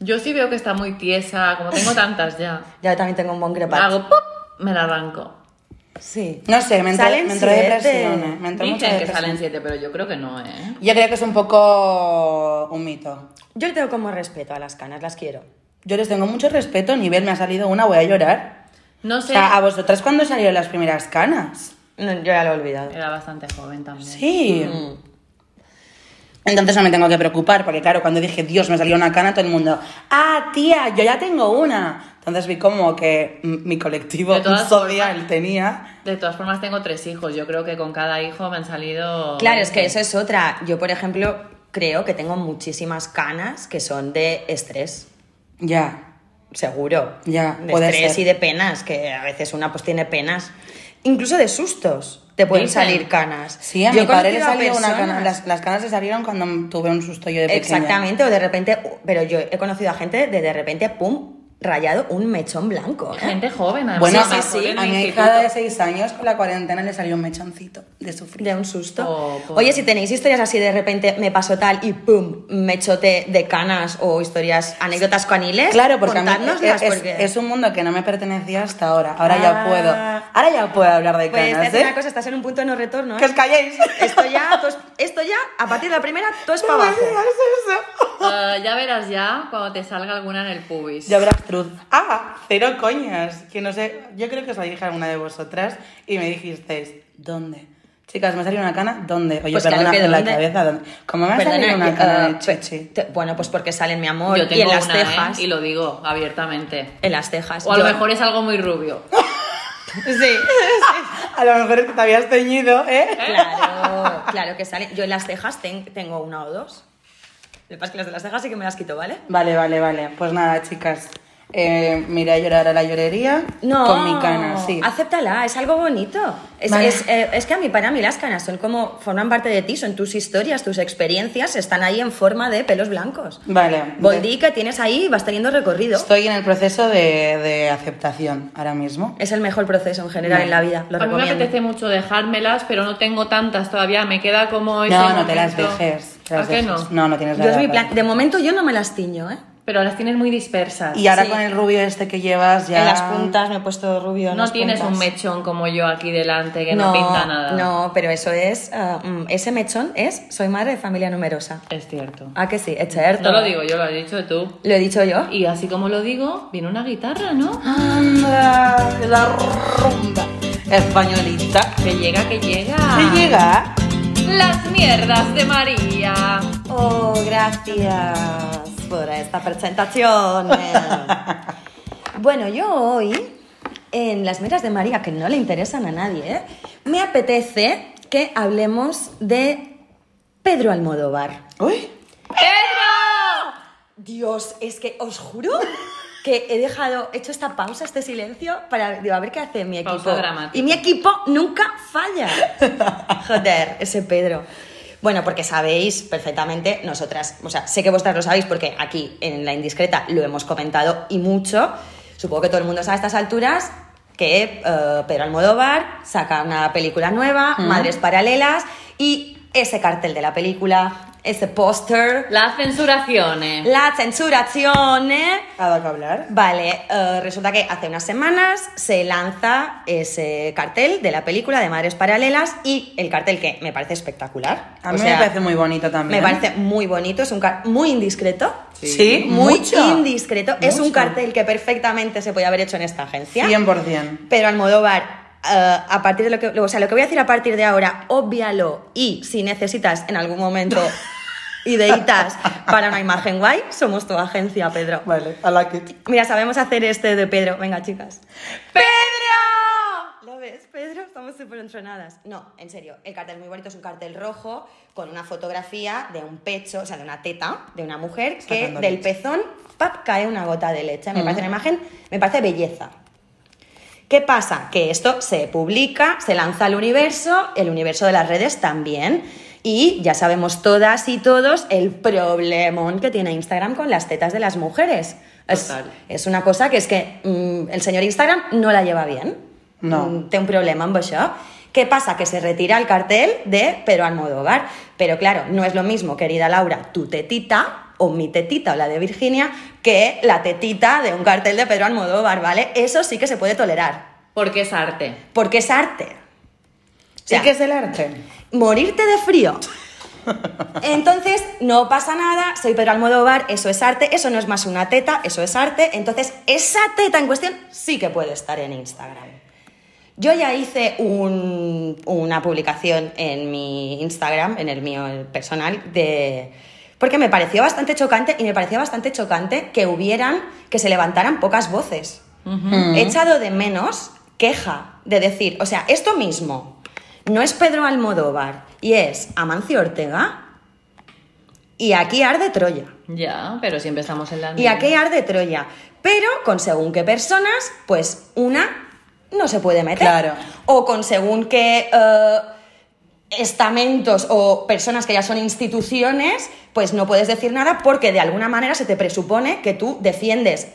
Speaker 2: Yo sí veo que está muy tiesa, como tengo tantas ya.
Speaker 3: Ya también tengo un buen grepacho.
Speaker 2: Hago pop, me la arranco.
Speaker 3: Sí.
Speaker 4: No sé, me entró,
Speaker 3: Salen
Speaker 4: me entró
Speaker 3: siete.
Speaker 4: depresión. eh, Me entró mucha
Speaker 2: Dicen que
Speaker 4: depresión.
Speaker 2: salen siete, pero yo creo que no, ¿eh?
Speaker 4: Yo creo que es un poco un mito.
Speaker 3: Yo le tengo como respeto a las canas, las quiero.
Speaker 4: Yo les tengo mucho respeto, nivel me ha salido una, voy a llorar.
Speaker 2: No
Speaker 4: O
Speaker 2: sé.
Speaker 4: sea, ¿a vosotras cuándo salieron las primeras canas?
Speaker 3: No, yo ya lo he olvidado.
Speaker 2: Era bastante joven también.
Speaker 4: Sí. Mm. Entonces no me tengo que preocupar, porque claro, cuando dije, Dios, me salió una cana, todo el mundo, ah, tía, yo ya tengo una. Entonces vi como que mm, mi colectivo
Speaker 2: De todas
Speaker 4: social tenía...
Speaker 2: De todas formas, tengo tres hijos. Yo creo que con cada hijo me han salido.
Speaker 3: Claro, es que eso es otra. Yo, por ejemplo, creo que tengo muchísimas canas que son de estrés.
Speaker 4: Ya.
Speaker 3: Seguro.
Speaker 4: Ya,
Speaker 3: de
Speaker 4: puede
Speaker 3: estrés
Speaker 4: ser.
Speaker 3: y de penas, que a veces una pues tiene penas. Incluso de sustos te pueden
Speaker 2: Dicen.
Speaker 3: salir canas.
Speaker 4: Sí, a
Speaker 3: Yo
Speaker 4: mi
Speaker 3: he
Speaker 4: padre le
Speaker 3: conocido a
Speaker 4: salió una cana.
Speaker 3: personas-
Speaker 4: Las, las canas le salieron cuando tuve un susto yo de pequeña.
Speaker 3: Exactamente, o de repente, pero yo he conocido a gente de de repente, pum, rayado un mechón blanco. ¿eh?
Speaker 2: Gente joven, además.
Speaker 4: Bueno,
Speaker 2: a lo
Speaker 4: sí,
Speaker 2: mejor
Speaker 4: sí.
Speaker 2: en
Speaker 4: A
Speaker 2: el
Speaker 4: mi
Speaker 2: instituto.
Speaker 4: hija de 6 años con la cuarentena le salió un mechoncito de sufrir.
Speaker 3: De un susto.
Speaker 2: Oh,
Speaker 4: pues.
Speaker 2: pobre.
Speaker 3: Oye, si tenéis historias así de repente me pasó tal y pum, mechote de canas o historias, anécdotas caniles,
Speaker 4: Claro, porque a mí
Speaker 3: contádnoslas,
Speaker 4: es, es-
Speaker 3: porque...
Speaker 4: es un mundo que no me pertenecía hasta ahora. Ahora
Speaker 3: Ah.
Speaker 4: ya puedo. Ahora ya puedo hablar de
Speaker 3: Pues te
Speaker 4: canas,
Speaker 3: hace
Speaker 4: ¿eh?
Speaker 3: una cosa, estás en un punto de no retorno. ¿eh?
Speaker 4: ¡Que os calléis!
Speaker 3: (laughs) Esto ya, tos- esto ya, a partir de la primera, todo es para
Speaker 4: No me
Speaker 3: abajo.
Speaker 4: (laughs) digas eso.
Speaker 2: Ah, ya verás ya cuando te salga alguna en el pubis.
Speaker 4: Ya habrás cruz. Ah, cero coñas. Que no sé, yo creo que os la dije a alguna de vosotras y me dijisteis, ¿dónde? Chicas, me ha salido una cana, ¿dónde? Oye,
Speaker 3: Pues claro
Speaker 4: perdona,
Speaker 3: que
Speaker 4: en la
Speaker 3: ¿dónde?
Speaker 4: cabeza, ¿dónde? ¿Cómo me ha
Speaker 3: Perdona,
Speaker 4: salido
Speaker 3: eh,
Speaker 4: una cana en
Speaker 3: eh,
Speaker 4: el chichi?
Speaker 3: te- bueno, pues porque salen, mi amor,
Speaker 2: Yo tengo
Speaker 3: y en las
Speaker 2: una, ¿eh?
Speaker 3: cejas.
Speaker 2: Y lo digo abiertamente.
Speaker 3: En las cejas.
Speaker 2: O a lo
Speaker 3: Yo-
Speaker 2: mejor es algo muy rubio.
Speaker 3: (laughs) Sí.
Speaker 4: A lo mejor es que te habías teñido, ¿eh?
Speaker 3: Claro, claro que sale. Yo en las cejas ten- tengo una o dos. Lo que pasa es que las de las cejas sí que me las quito, ¿vale?
Speaker 4: Vale, vale, vale. Pues nada, chicas. Eh, me iré a llorar a la llorería
Speaker 3: No.
Speaker 4: con mi cana, sí.
Speaker 3: Acéptala, es algo bonito. Es,
Speaker 4: Vale.
Speaker 3: es, eh, es que a mí, para mí, las canas son como, forman parte de ti, son tus historias, tus experiencias, están ahí en forma de pelos blancos.
Speaker 4: Vale.
Speaker 3: Boldí que tienes ahí y vas teniendo recorrido.
Speaker 4: Estoy en el proceso de, de aceptación ahora mismo.
Speaker 3: Es el mejor proceso en general en la vida, lo
Speaker 2: a mí me
Speaker 3: recomiendo.
Speaker 2: apetece mucho dejármelas, pero no tengo tantas todavía. Me queda como ese
Speaker 4: No, no te las
Speaker 2: momento.
Speaker 4: dejes. te las
Speaker 2: ¿A qué
Speaker 4: dejes.
Speaker 2: no?
Speaker 4: No, no tienes
Speaker 3: Yo es
Speaker 4: nada.
Speaker 3: mi plan. De momento yo no me las tiño, ¿eh?
Speaker 2: Pero las tienes muy dispersas.
Speaker 4: Y ahora
Speaker 3: Sí.
Speaker 4: con el rubio este que llevas ya...
Speaker 3: En las puntas me he puesto rubio. en
Speaker 2: no
Speaker 3: las
Speaker 2: tienes
Speaker 3: puntas.
Speaker 2: un mechón como yo aquí delante que no, pinta nada.
Speaker 3: No, pero eso es. ah, mm, ese mechón es. Soy madre de familia numerosa.
Speaker 2: Es cierto.
Speaker 3: Ah, que sí, es cierto.
Speaker 2: No lo digo yo, lo has dicho tú.
Speaker 3: Lo he dicho yo.
Speaker 2: Y así como lo digo, viene una guitarra, ¿no?
Speaker 3: Ah.
Speaker 4: Anda, la rumba Ah. españolita.
Speaker 2: Que llega, que llega.
Speaker 4: Que llega
Speaker 2: Las mierdas de María.
Speaker 8: Oh, gracias por esta
Speaker 3: (laughs)
Speaker 8: presentación.
Speaker 3: Bueno, yo hoy, en las miras de María, que no le interesan a nadie, ¿eh? me apetece que hablemos de Pedro Almodóvar.
Speaker 4: Uy,
Speaker 3: Dios, es que os juro que he dejado, he hecho esta pausa, este silencio, para digo, a ver qué hace mi equipo.
Speaker 2: Pausa dramática.
Speaker 3: Y mi equipo nunca
Speaker 2: (laughs)
Speaker 3: falla. Joder, ese Pedro. Bueno, porque sabéis perfectamente, nosotras, o sea, sé que vosotras lo sabéis porque aquí en La Indiscreta lo hemos comentado y mucho. Supongo que todo el mundo sabe a estas alturas que eh, Pedro Almodóvar saca una película nueva,
Speaker 2: Mm.
Speaker 3: Madres Paralelas, y ese cartel de la película, ese póster,
Speaker 2: Las censuraciones.
Speaker 3: la censuración. ¿eh?
Speaker 4: ha dado que hablar.
Speaker 3: Vale, eh, resulta que hace unas semanas se lanza ese cartel de la película de Madres Paralelas y el cartel que me parece espectacular.
Speaker 4: A
Speaker 3: O
Speaker 4: mí
Speaker 3: sea,
Speaker 4: me parece muy bonito
Speaker 3: me
Speaker 4: también.
Speaker 3: parece muy bonito, es un cartel muy indiscreto.
Speaker 4: Sí, Sí,
Speaker 3: muy
Speaker 4: mucho.
Speaker 3: indiscreto. Es un
Speaker 4: Mucho.
Speaker 3: cartel que perfectamente se podía haber hecho en esta agencia.
Speaker 4: 100%.
Speaker 3: Pero Almodóvar, eh, a partir de lo que. O sea, lo que voy a decir a partir de ahora, obvialo y si necesitas en algún
Speaker 4: (laughs)
Speaker 3: momento ideitas para una imagen guay, somos tu agencia, Pedro.
Speaker 4: Vale, I like it.
Speaker 3: Mira, sabemos hacer este de Pedro. Venga, chicas. ¡Pedro! ¿Lo ves, Pedro? Estamos súper entrenadas. No, en serio, el cartel es muy bonito. Es un cartel rojo con una fotografía de un pecho, o sea, de una teta de una mujer que
Speaker 4: Sacando
Speaker 3: del
Speaker 4: leche. Mm.
Speaker 3: pezón pap, cae una gota de leche. Me parece una imagen, me parece belleza. ¿Qué pasa? Que esto se publica, se lanza al universo, el universo de las redes también. Y ya sabemos todas y todos el problemón que tiene Instagram con las tetas de las mujeres. Es,
Speaker 2: Total.
Speaker 3: es una cosa que es que mm, el señor Instagram no la lleva bien.
Speaker 4: No.
Speaker 3: Mm, Té un problema amb això. ¿Qué pasa? Que se retira el cartel de Pedro Almodóvar. Pero claro, no es lo mismo, querida Laura, tu tetita o mi tetita o la de Virginia que la tetita de un cartel de Pedro Almodóvar, ¿vale? Eso sí que se puede tolerar.
Speaker 2: Porque es arte.
Speaker 3: Porque es arte. O sea,
Speaker 4: ¿Y qué es el arte?
Speaker 3: morirte de frío. Entonces, no pasa nada, soy Pedro Almodóvar, eso es arte, eso no es más una teta, eso es arte. Entonces, esa teta en cuestión sí que puede estar en Instagram. Yo ya hice un- una publicación en mi Instagram, en el mío personal, de... Porque me pareció bastante chocante y me parecía bastante chocante que hubieran, que se levantaran pocas voces.
Speaker 4: Mm.
Speaker 3: He echado de menos queja de decir, o sea, esto mismo no es Pedro Almodóvar y es Amancio Ortega y aquí arde Troya.
Speaker 2: Ya, pero siempre estamos en la
Speaker 3: Y
Speaker 2: misma.
Speaker 3: aquí arde Troya. Pero con según qué personas, pues una no se puede meter.
Speaker 4: Claro.
Speaker 3: O con según qué eh, estamentos o personas que ya son instituciones, pues no puedes decir nada porque de alguna manera se te presupone que tú defiendes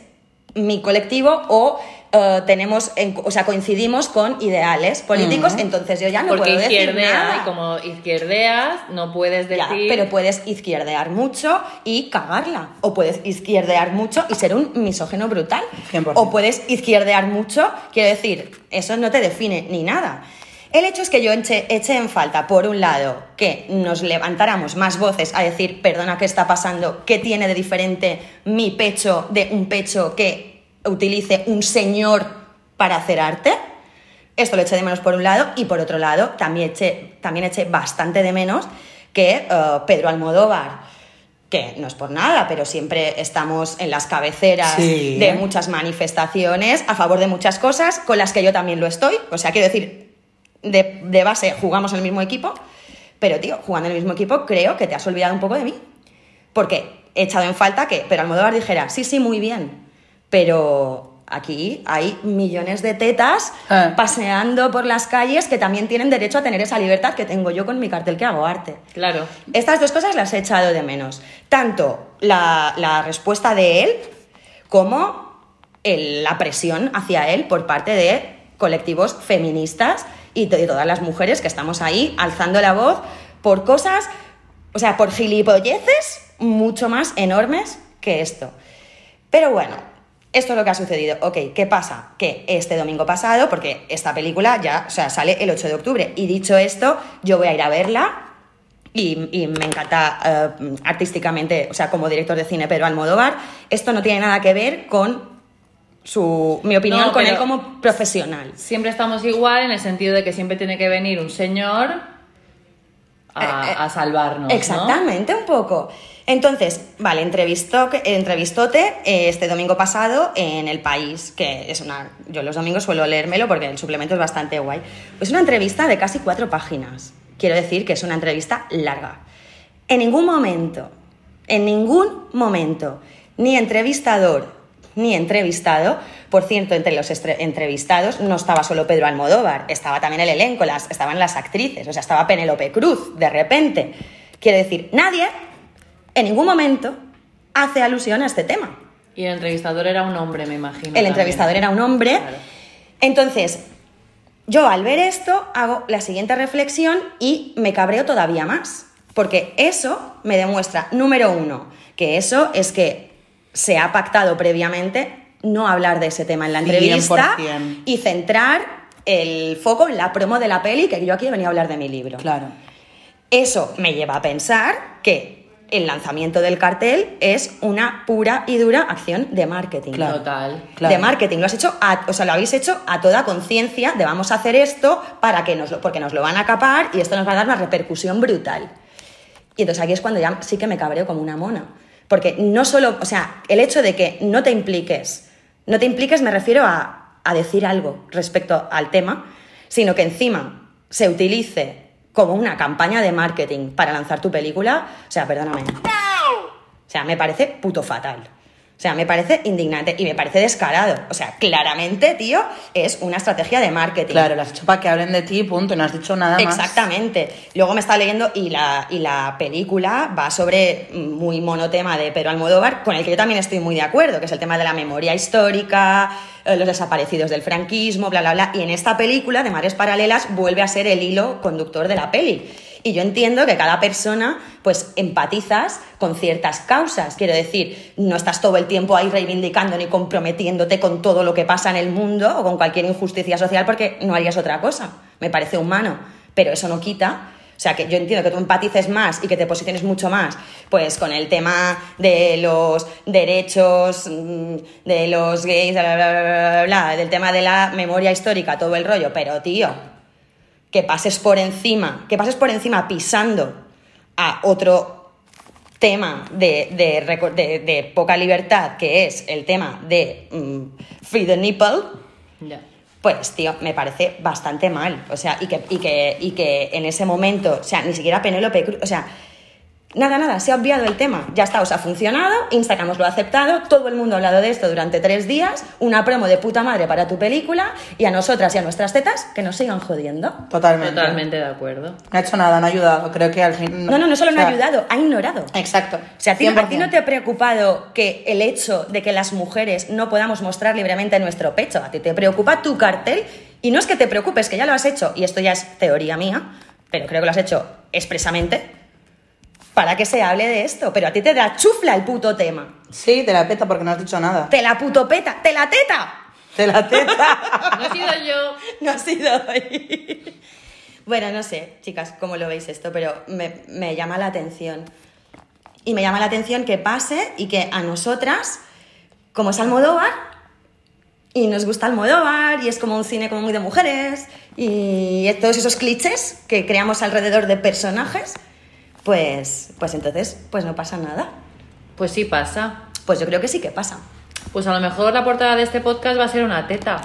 Speaker 3: mi colectivo o eh, tenemos, en- o sea, coincidimos con ideales políticos, entonces yo ya no
Speaker 2: Porque
Speaker 3: puedo decir
Speaker 2: izquierdea,
Speaker 3: nada.
Speaker 2: y como izquierdeas, no puedes
Speaker 3: Ya,
Speaker 2: decir.
Speaker 3: pero puedes izquierdear mucho y cagarla. O puedes izquierdear mucho y ser un misógeno brutal.
Speaker 4: 100%.
Speaker 3: O puedes izquierdear mucho, quiero decir, eso no te define ni nada. El hecho es que yo eche, eche en falta, por un lado, que nos levantáramos más voces a decir, perdona, ¿qué está pasando? ¿Qué tiene de diferente mi pecho de un pecho que utilice un señor para hacer arte? Esto lo eché de menos por un lado y por otro lado también eché, también eché bastante de menos que eh, Pedro Almodóvar, que no es por nada, pero siempre estamos en las cabeceras
Speaker 4: Sí.
Speaker 3: de muchas manifestaciones a favor de muchas cosas con las que yo también lo estoy. O sea, quiero decir, de, de base jugamos en el mismo equipo, pero tío, jugando en el mismo equipo creo que te has olvidado un poco de mí. Porque he echado en falta que Pedro Almodóvar dijera, sí, sí, muy bien, pero aquí hay millones de tetas
Speaker 4: Ah.
Speaker 3: paseando por las calles que también tienen derecho a tener esa libertad que tengo yo con mi cartel que hago arte.
Speaker 2: Claro.
Speaker 3: Estas dos cosas las he echado de menos. Tanto la, la respuesta de él como el- la presión hacia él por parte de colectivos feministas y de todas las mujeres que estamos ahí alzando la voz por cosas, o sea, por gilipolleces mucho más enormes que esto. Pero bueno, esto es lo que ha sucedido. Ok, ¿qué pasa? Que este domingo pasado, porque esta película ya, o sea, sale el 8 de octubre, y dicho esto, yo voy a ir a verla. Y, y me encanta eh, artísticamente, o sea, como director de cine Pedro Almodóvar. Esto no tiene nada que ver con su, mi opinión
Speaker 2: No,
Speaker 3: con él
Speaker 2: pero-
Speaker 3: como profesional.
Speaker 2: Siempre estamos igual en el sentido de que siempre tiene que venir un señor a, a salvarnos. ¿no?
Speaker 3: Eh, Exactamente, un poco. Entonces, vale, entrevistó, entrevistóte eh, este domingo pasado en El País, que es una. Yo los domingos suelo leérmelo porque el suplemento es bastante guay. Es una entrevista de casi cuatro páginas. Quiero decir que es una entrevista larga. En ningún momento, en ningún momento, ni entrevistador ni entrevistado, por cierto, entre los estre- entrevistados no estaba solo Pedro Almodóvar, estaba también el elenco, las, estaban las actrices, o sea, estaba Penélope Cruz, de repente. Quiero decir, nadie en ningún momento hace alusión a este tema.
Speaker 2: Y el entrevistador era un hombre, me imagino.
Speaker 3: El
Speaker 2: también.
Speaker 3: entrevistador era un hombre.
Speaker 2: Claro.
Speaker 3: Entonces, yo al ver esto hago la siguiente reflexión y me cabreo todavía más. Porque eso me demuestra, número uno, que eso es que se ha pactado previamente no hablar de ese tema en la entrevista
Speaker 4: 100%.
Speaker 3: y centrar el foco en la promo de la peli, que yo aquí he venido a hablar de mi libro.
Speaker 4: Claro.
Speaker 3: Eso me lleva a pensar que el lanzamiento del cartel es una pura y dura acción de marketing
Speaker 4: Claro.
Speaker 2: Total.
Speaker 4: Claro.
Speaker 3: de marketing. Lo has hecho, a- o sea, lo habéis hecho a toda conciencia de vamos a hacer esto para que nos lo, porque nos lo van a capar y esto nos va a dar una repercusión brutal. Y entonces aquí es cuando ya sí que me cabreo como una mona. Porque no solo, o sea, el hecho de que no te impliques, no te impliques me refiero a, a decir algo respecto al tema, sino que encima se utilice como una campaña de marketing para lanzar tu película, o sea, perdóname. O sea, me parece puto fatal. O sea, me parece indignante y me parece descarado. O sea, claramente, tío, es una estrategia de marketing.
Speaker 4: Claro, lo has hecho para que hablen de ti, punto, y no has dicho nada más.
Speaker 3: Exactamente. Luego me está leyendo y la, y la película va sobre muy monotema de Pedro Almodóvar, con el que yo también estoy muy de acuerdo, que es el tema de la memoria histórica, eh, los desaparecidos del franquismo, bla, bla, bla. Y en esta película, de Mares Paralelas, vuelve a ser el hilo conductor de la peli. Y yo entiendo que cada persona, pues, empatizas con ciertas causas. Quiero decir, no estás todo el tiempo ahí reivindicando ni comprometiéndote con todo lo que pasa en el mundo o con cualquier injusticia social porque no harías otra cosa. Me parece humano pero eso no quita. O sea, que yo entiendo que tú empatices más y que te posiciones mucho más, pues con el tema de los derechos mm, de los gays, bla, bla, bla, bla, bla, bla, del tema de la memoria histórica, todo el rollo, pero tío, que pases por encima, que pases por encima pisando a otro tema de, de reco- de- de poca libertad, que es el tema de mm, Free the Nipple,
Speaker 2: Ya.
Speaker 3: pues, tío, me parece bastante mal. O sea, y que, y que, y que en ese momento, o sea, ni siquiera Penélope Cruz, o sea, nada, nada, se ha obviado el tema. Ya está, os ha funcionado, Instagram os lo ha aceptado, todo el mundo ha hablado de esto durante tres días, una promo de puta madre para tu película, y a nosotras y a nuestras tetas, que nos sigan jodiendo.
Speaker 4: Totalmente.
Speaker 2: Totalmente de acuerdo.
Speaker 4: No ha hecho nada, no ha ayudado. Creo que al fin.
Speaker 3: No, no, no solo
Speaker 4: o
Speaker 3: no ha
Speaker 4: sea,
Speaker 3: ayudado, ha ignorado.
Speaker 4: Exacto.
Speaker 3: O sea, ¿a ti, a ti no
Speaker 4: 100%.
Speaker 3: te ha preocupado que el hecho de que las mujeres no podamos mostrar libremente nuestro pecho? A ti te preocupa tu cartel y no es que te preocupes, que ya lo has hecho, y esto ya es teoría mía, pero creo que lo has hecho expresamente para que se hable de esto, pero a ti te da chufla el puto tema.
Speaker 4: Sí, te la peta porque no has dicho nada.
Speaker 3: Te la puto peta, te la teta.
Speaker 4: Te la teta.
Speaker 2: No he sido yo.
Speaker 3: (laughs) No ha sido ahí. Bueno, no sé, chicas, cómo lo veis esto, pero me, me llama la atención. Y me llama la atención que pase y que a nosotras, como es Almodóvar, y nos gusta Almodóvar, y es como un cine como muy de mujeres, y todos esos clichés que creamos alrededor de personajes, pues, pues entonces, pues no pasa nada.
Speaker 2: Pues sí pasa.
Speaker 3: Pues yo creo que sí que pasa.
Speaker 2: Pues a lo mejor la portada de este podcast va a ser una teta.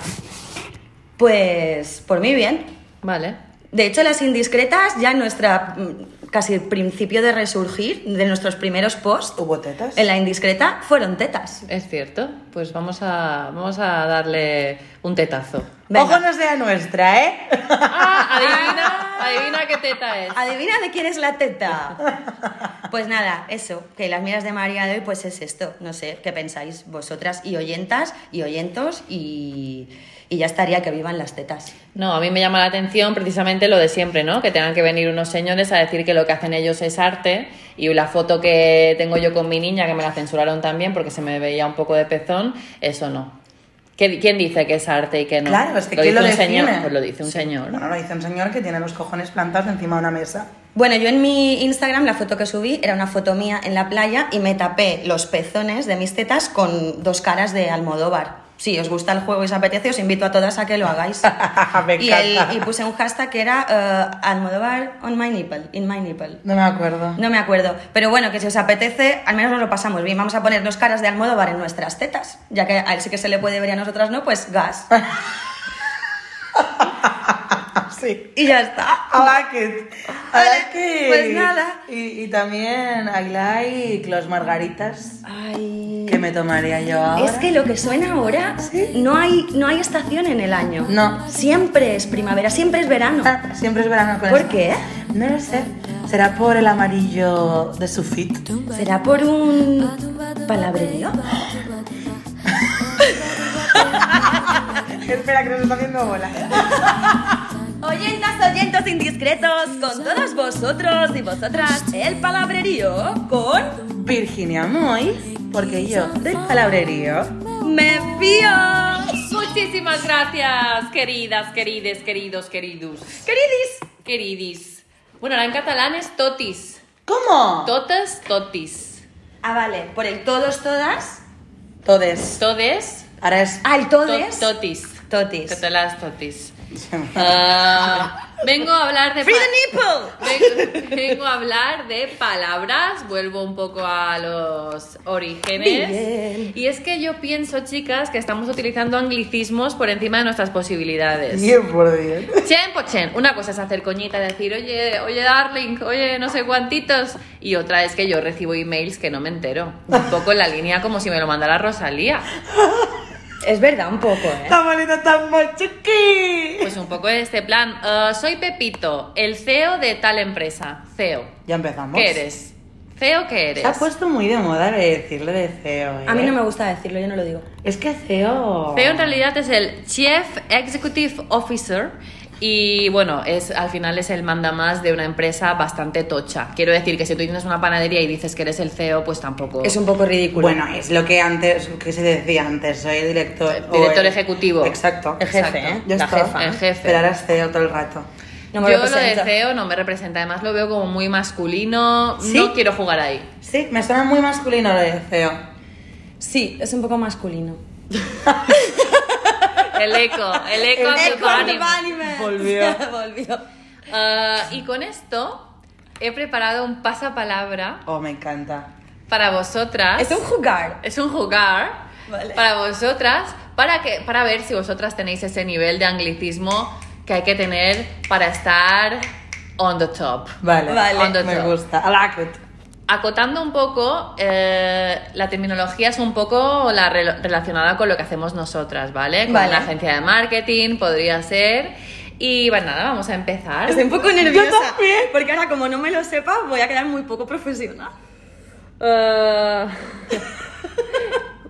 Speaker 3: Pues por mí bien,
Speaker 2: Vale.
Speaker 3: De hecho, las indiscretas ya en nuestra mm, casi principio de resurgir de nuestros primeros posts
Speaker 4: (laughs) ¿Hubo tetas?
Speaker 3: en la indiscreta fueron tetas.
Speaker 2: Es cierto. Pues vamos a, vamos a darle un tetazo.
Speaker 3: Venga.
Speaker 4: Ojo no sea nuestra, ¿eh?
Speaker 2: Ah, adivina, adivina qué teta es.
Speaker 3: Adivina de quién es la teta. Pues nada, eso, que las miras de María de hoy pues es esto, no sé, qué pensáis vosotras y oyentas y oyentos y, y ya estaría que vivan las tetas.
Speaker 2: No, a mí me llama la atención precisamente lo de siempre, ¿no? Que tengan que venir unos señores a decir que lo que hacen ellos es arte y la foto que tengo yo con mi niña, que me la censuraron también porque se me veía un poco de pezón, eso no. ¿Qué- ¿Quién dice que es arte y que no?
Speaker 4: Claro, es que ¿quién lo
Speaker 2: dice un
Speaker 4: define?
Speaker 2: señor, pues lo dice un señor.
Speaker 4: Bueno, lo dice un señor que tiene los cojones plantados encima de una mesa.
Speaker 3: Bueno, yo en mi Instagram la foto que subí era una foto mía en la playa y me tapé los pezones de mis tetas con dos caras de Almodóvar. Si os gusta el juego y os apetece, os invito a todas a que lo hagáis.
Speaker 4: (laughs) Me
Speaker 3: y, el-
Speaker 4: encanta.
Speaker 3: y puse un hashtag que era eh, Almodóvar on my nipple, in my nipple.
Speaker 4: No me acuerdo.
Speaker 3: No me acuerdo. Pero bueno, que si os apetece, al menos nos lo pasamos bien. Vamos a ponernos caras de Almodóvar en nuestras tetas. Ya que a él sí que se le puede ver y a nosotras no, pues
Speaker 4: (laughs)
Speaker 3: gas.
Speaker 4: Sí.
Speaker 3: Y ya está.
Speaker 4: I like it. I
Speaker 3: Vale,
Speaker 4: like it.
Speaker 3: pues nada.
Speaker 4: Y, y también I like los margaritas
Speaker 3: Ay.
Speaker 4: que me tomaría yo ahora.
Speaker 3: Es que lo que suena ahora, no, hay, no hay estación en el año.
Speaker 4: No.
Speaker 3: Siempre es primavera, siempre es verano.
Speaker 4: Ah, siempre es verano con
Speaker 3: ¿Por
Speaker 4: eso.
Speaker 3: qué?
Speaker 4: No lo sé. ¿Será por el amarillo de su fit?
Speaker 3: ¿Será por un palabrerío?
Speaker 4: Espera, que nos está haciendo bola.
Speaker 3: Oyentas, oyentos indiscretos, con todos vosotros y vosotras, el palabrerío con
Speaker 4: Virginia Moy, porque yo del palabrerío.
Speaker 3: Me Fío.
Speaker 2: Muchísimas gracias, queridas, querides, queridos, queridus.
Speaker 3: Queridis.
Speaker 2: Queridis. Bueno, ahora en catalán es totis.
Speaker 4: ¿Cómo?
Speaker 2: Totes, totis.
Speaker 3: Ah, vale, por el todos, todas.
Speaker 4: Todes.
Speaker 2: Todes,
Speaker 3: (laughs)
Speaker 4: Ahora es.
Speaker 3: Al
Speaker 2: to-
Speaker 3: todes.
Speaker 2: totis.
Speaker 3: Totis.
Speaker 2: Catalás, totis. Ah, vengo a hablar de...
Speaker 3: Free
Speaker 2: pa-
Speaker 3: the nipple.
Speaker 2: Vengo, vengo a hablar de palabras, vuelvo un poco a los orígenes.
Speaker 3: Bien.
Speaker 2: Y es que yo pienso, chicas, que estamos utilizando anglicismos por encima de nuestras posibilidades.
Speaker 4: Bien por ¿eh? bien.
Speaker 2: Chen por chen. Una cosa es hacer coñita, decir, oye, oye, darling, oye, no sé cuantitos. Y otra es que yo recibo emails que no me entero. Un poco en la línea como si me lo mandara Rosalía.
Speaker 3: Es verdad, un poco, ¿eh?
Speaker 4: ¡Está malita tan machuqui!
Speaker 2: Pues un poco de este plan. "Ah, soy Pepito, el CEO de tal empresa. CEO.
Speaker 4: Ya empezamos.
Speaker 2: ¿Qué eres? CEO, ¿qué eres?
Speaker 4: Se ha puesto muy de moda de decirle de CEO. ¿eh?
Speaker 3: A mí no me gusta decirlo, yo no lo digo.
Speaker 4: Es que CEO.
Speaker 2: CEO en realidad es el Chief Executive Officer y bueno, es al final es el manda más de una empresa bastante tocha. Quiero decir que si tú tienes una panadería y dices que eres el CEO, pues tampoco.
Speaker 3: Es un poco ridículo.
Speaker 4: Bueno, es lo que antes, que se decía antes, soy el director.
Speaker 2: El
Speaker 4: o
Speaker 2: director ejecutivo.
Speaker 4: Exacto.
Speaker 3: El jefe,
Speaker 4: exacto.
Speaker 3: ¿eh?
Speaker 4: Ya
Speaker 3: La
Speaker 4: está.
Speaker 3: jefa.
Speaker 2: El jefe.
Speaker 4: Pero ahora es CEO todo el rato.
Speaker 3: no me
Speaker 2: Yo lo de
Speaker 3: representa.
Speaker 2: CEO no me representa, además lo veo como muy masculino,
Speaker 4: ¿Sí?
Speaker 2: no quiero jugar ahí.
Speaker 4: Sí, me suena muy masculino lo de CEO.
Speaker 3: Sí, es un poco masculino.
Speaker 2: El eco,
Speaker 3: (laughs)
Speaker 2: el eco,
Speaker 3: El
Speaker 2: de
Speaker 3: eco
Speaker 2: Barney.
Speaker 3: Barney.
Speaker 4: Volvió.
Speaker 3: Volvió.
Speaker 2: Ah, y con esto he preparado un pasapalabra
Speaker 4: Oh, me encanta.
Speaker 2: para vosotras.
Speaker 3: Es un jugar.
Speaker 2: Es un jugar
Speaker 3: Vale.
Speaker 2: para vosotras, para, que, para ver si vosotras tenéis ese nivel de anglicismo que hay que tener para estar on the top.
Speaker 4: Vale,
Speaker 3: Vale.
Speaker 2: On the
Speaker 4: me
Speaker 2: top.
Speaker 4: gusta. I like it.
Speaker 2: Acotando un poco, eh, la terminología es un poco la rel- relacionada con lo que hacemos nosotras, ¿vale? Con
Speaker 3: Vale.
Speaker 2: la agencia de marketing, podría ser. Y bueno, nada, vamos a empezar.
Speaker 3: Estoy un poco nerviosa.
Speaker 4: Yo también.
Speaker 3: Porque ahora, como no me lo sepa, pues- voy a quedar muy poco profesional.
Speaker 2: Eh,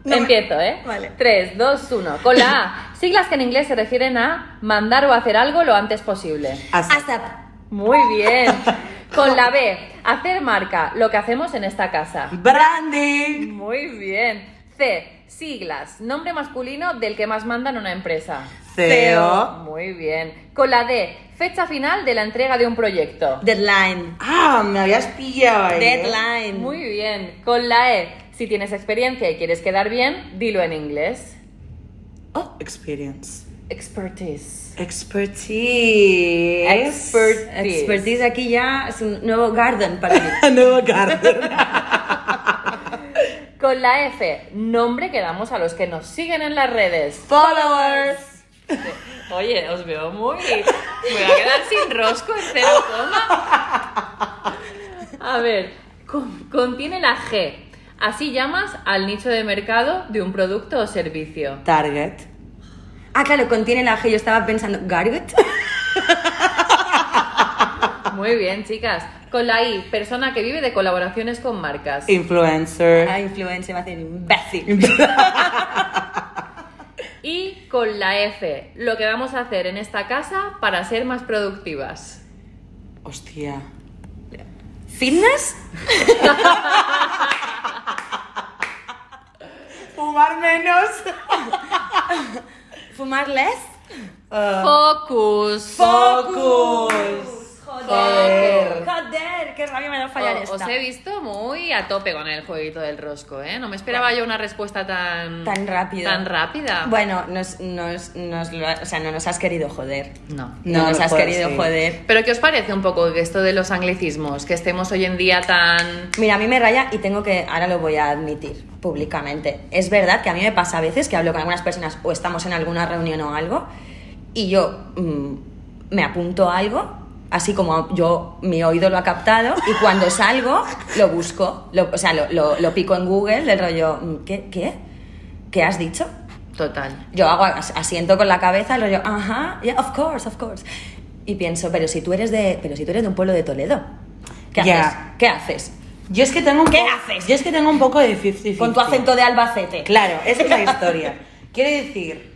Speaker 2: Empiezo, ¿eh?
Speaker 3: Vale.
Speaker 2: 3, 2, 1. Con la A. Siglas que en inglés se refieren a mandar o hacer algo lo antes posible.
Speaker 4: Así.
Speaker 3: Hasta.
Speaker 2: Muy bien. Con la B. Hacer marca, lo que hacemos en esta casa.
Speaker 4: Branding.
Speaker 2: Muy bien. C. Siglas, nombre masculino del que más mandan una empresa.
Speaker 4: CEO.
Speaker 2: Muy bien. Con la D. Fecha final de la entrega de un proyecto.
Speaker 3: Deadline.
Speaker 4: Ah, me habías pillado ahí. ¿eh?
Speaker 3: Deadline.
Speaker 2: Muy bien. Con la E. Si tienes experiencia y quieres quedar bien, dilo en inglés.
Speaker 4: Experience.
Speaker 2: Expertise.
Speaker 4: Expertise.
Speaker 2: Expertise.
Speaker 3: Expertise aquí ya es un nuevo garden para mí.
Speaker 4: (laughs) Nuevo Garden.
Speaker 2: Con la F, nombre que damos a los que nos siguen en las redes.
Speaker 4: Followers.
Speaker 2: Oye, os veo muy. Me voy a quedar sin rosco en cero coma. A ver, con- contiene la G. Así llamas al nicho de mercado de un producto o servicio.
Speaker 4: Target.
Speaker 3: Ah, claro, contiene la G. Yo estaba pensando, ¿Garget?
Speaker 2: Muy bien, chicas. Con la I, persona que vive de colaboraciones con marcas.
Speaker 4: Influencer.
Speaker 3: Ah, influencer, me hace el imbécil.
Speaker 2: Y con la F, lo que vamos a hacer en esta casa para ser más productivas.
Speaker 4: Hostia.
Speaker 3: ¿Fitness?
Speaker 4: Fumar menos.
Speaker 3: ¿Fumar less?
Speaker 2: Focus.
Speaker 4: Focus.
Speaker 3: Joder. Joder,
Speaker 8: qué rabia me da fallar
Speaker 2: Oh, O-
Speaker 8: esta.
Speaker 2: os he visto muy a tope con el jueguito del rosco, ¿eh? No me esperaba yo una respuesta tan...
Speaker 3: Tan rápida.
Speaker 2: Tan rápida.
Speaker 3: Bueno, nos, nos, nos lo- o sea, no nos has querido joder.
Speaker 2: No.
Speaker 3: No,
Speaker 4: No,
Speaker 3: nos
Speaker 4: no
Speaker 3: has
Speaker 4: joder,
Speaker 3: querido
Speaker 4: sí.
Speaker 3: joder.
Speaker 2: Pero ¿qué os parece un poco que esto de los anglicismos? Que estemos hoy en día tan...
Speaker 3: Mira, a mí me raya y tengo que, ahora lo voy a admitir públicamente. Es verdad que a mí me pasa a veces que hablo con algunas personas o estamos en alguna reunión o algo y yo mm, me apunto algo, así como yo mi oído lo ha captado y cuando salgo lo busco, lo- o sea, lo, lo- lo pico en Google del rollo, mm, ¿qué? ¿Qué? ¿Qué has dicho?
Speaker 2: Total.
Speaker 3: Yo hago as- asiento con la cabeza, el rollo, ajá, yeah, of course, of course. Y pienso, pero si tú eres de, pero si tú eres de un pueblo de Toledo, ¿qué
Speaker 4: Ya.
Speaker 3: haces? ¿Qué haces?
Speaker 4: Yo es que tengo un
Speaker 3: ¿Qué
Speaker 4: po-
Speaker 3: haces?
Speaker 4: Yo es que tengo un poco de 50
Speaker 3: Con tu acento de Albacete.
Speaker 4: Claro, esa es la historia. (laughs) Quiero decir,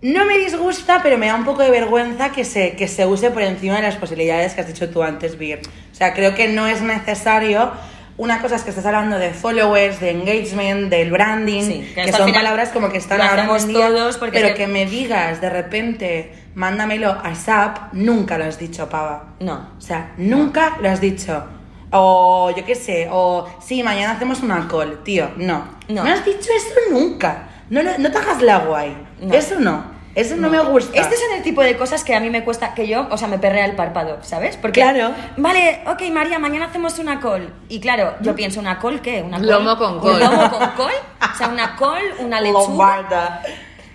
Speaker 4: no me disgusta, pero me da un poco de vergüenza que se, que se use por encima de las posibilidades que has dicho tú antes, Vir. O sea, creo que no es necesario. Una cosa es que estás hablando de followers, de engagement, del branding,
Speaker 3: Sí, que
Speaker 4: que,
Speaker 3: esto al
Speaker 4: son
Speaker 3: final
Speaker 4: palabras como que están
Speaker 3: lo
Speaker 4: ahora
Speaker 3: hacemos
Speaker 4: en día,
Speaker 3: todos porque
Speaker 4: pero
Speaker 3: es que-
Speaker 4: que me digas de repente, mándamelo a SAP, nunca lo has dicho, pava.
Speaker 3: No.
Speaker 4: O sea, nunca lo has dicho. O yo qué sé, o sí, mañana hacemos una call, tío. No.
Speaker 3: No.
Speaker 4: No, has dicho eso nunca. No, lo- no te hagas la guay.
Speaker 3: No.
Speaker 4: Eso no. Eso no, me gusta.
Speaker 2: Ah.
Speaker 3: Estos son Este el tipo de cosas que a mí me cuesta, que yo, o sea, me perrea el párpado, ¿sabes? Porque,
Speaker 4: Claro.
Speaker 3: Vale, ok, María, mañana hacemos una call. Y claro, yo pienso, ¿una call qué? ¿Una col?
Speaker 2: Lomo con col.
Speaker 3: ¿Un lomo con col? O sea, una col, una lechuga.
Speaker 4: Lombarda.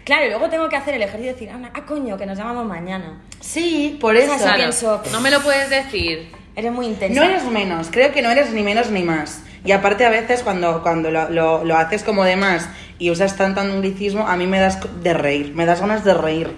Speaker 3: Claro, y luego tengo que hacer el ejercicio de decir, ah, na- ah, coño, que nos llamamos mañana.
Speaker 4: Sí, por
Speaker 3: Esas
Speaker 4: eso.
Speaker 3: Yo
Speaker 2: Claro,
Speaker 3: pienso, pff.
Speaker 2: no me lo puedes decir.
Speaker 3: Eres muy intensa.
Speaker 4: No eres menos, creo que no eres ni menos ni más. Y aparte a veces cuando, cuando lo, lo- lo haces como de más y usas tanto anglicismo, a mí me das co- de reír, me das ganas de reír.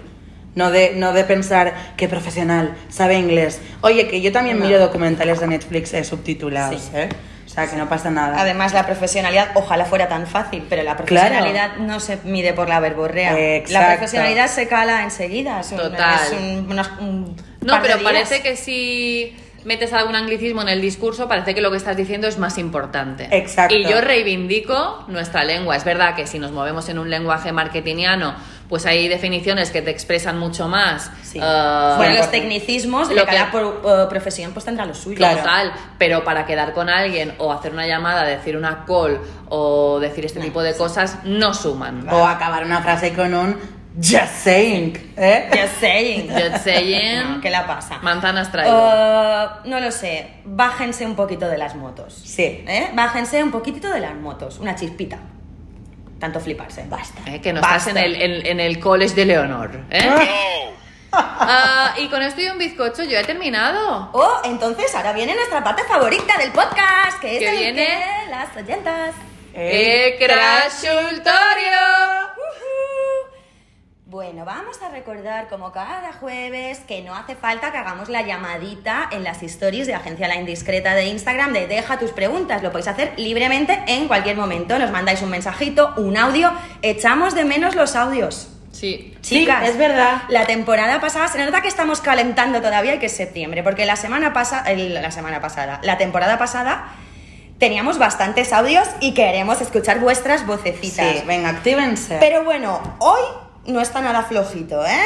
Speaker 4: No de, no de pensar que profesional, sabe inglés. Oye, que yo también miro documentales de Netflix eh, subtitulados,
Speaker 3: Sí.
Speaker 4: ¿eh? O sea, que no pasa nada.
Speaker 3: Además, la profesionalidad, ojalá fuera tan fácil, pero la profesionalidad no se mide por la verborrea. La
Speaker 4: Exacto.
Speaker 3: profesionalidad se cala enseguida. Es un-
Speaker 2: Total.
Speaker 3: es un- unos- un
Speaker 2: No,
Speaker 3: par de
Speaker 2: pero
Speaker 3: días.
Speaker 2: parece que si metes algún anglicismo en el discurso, parece que lo que estás diciendo es más importante.
Speaker 4: Exacto.
Speaker 2: Y yo reivindico nuestra lengua. Es verdad que si nos movemos en un lenguaje marketingiano, pues hay definiciones que te expresan mucho más.
Speaker 3: Sí.
Speaker 2: eh,
Speaker 3: bueno, los
Speaker 2: por-
Speaker 3: tecnicismos,
Speaker 2: lo
Speaker 3: lo que
Speaker 2: que-
Speaker 3: cada pro- eh, profesión pues tendrá lo suyo.
Speaker 4: Claro.
Speaker 2: Total, pero para quedar con alguien o hacer una llamada, decir una call o decir este tipo de cosas, no suman.
Speaker 4: O acabar una frase con un just saying, ¿eh?
Speaker 3: Just saying.
Speaker 2: Just saying.
Speaker 3: No, ¿Qué la pasa?
Speaker 2: Manzanas traigo.
Speaker 3: Eh, no lo sé. Bájense un poquito de las motos.
Speaker 4: Sí.
Speaker 3: ¿Eh? Bájense un poquitito de las motos. Una chispita. Tanto fliparse. Basta.
Speaker 2: Eh, que no
Speaker 3: Basta.
Speaker 2: estás en el, en, en el college de Leonor. ¿eh? Ah, y con esto y un bizcocho yo he terminado.
Speaker 3: Oh, entonces ahora viene nuestra parte favorita del podcast, que es
Speaker 2: ¿Qué
Speaker 3: el
Speaker 2: viene?
Speaker 3: que las oyentas.
Speaker 2: ¡Eh, crashultorio!
Speaker 3: Bueno, vamos a recordar como cada jueves que no hace falta que hagamos la llamadita en las stories de Agencia La Indiscreta de Instagram de deja tus preguntas, lo podéis hacer libremente en cualquier momento, nos mandáis un mensajito, un audio, echamos de menos los audios.
Speaker 2: Sí.
Speaker 3: Chicas,
Speaker 4: es verdad.
Speaker 3: La temporada pasada se nota que estamos calentando todavía y que es septiembre, porque la semana pasada, la semana pasada, la temporada pasada teníamos bastantes audios y queremos escuchar vuestras vocecitas.
Speaker 4: Sí, venga, actívense.
Speaker 3: Pero bueno, hoy no está nada flojito, ¿eh?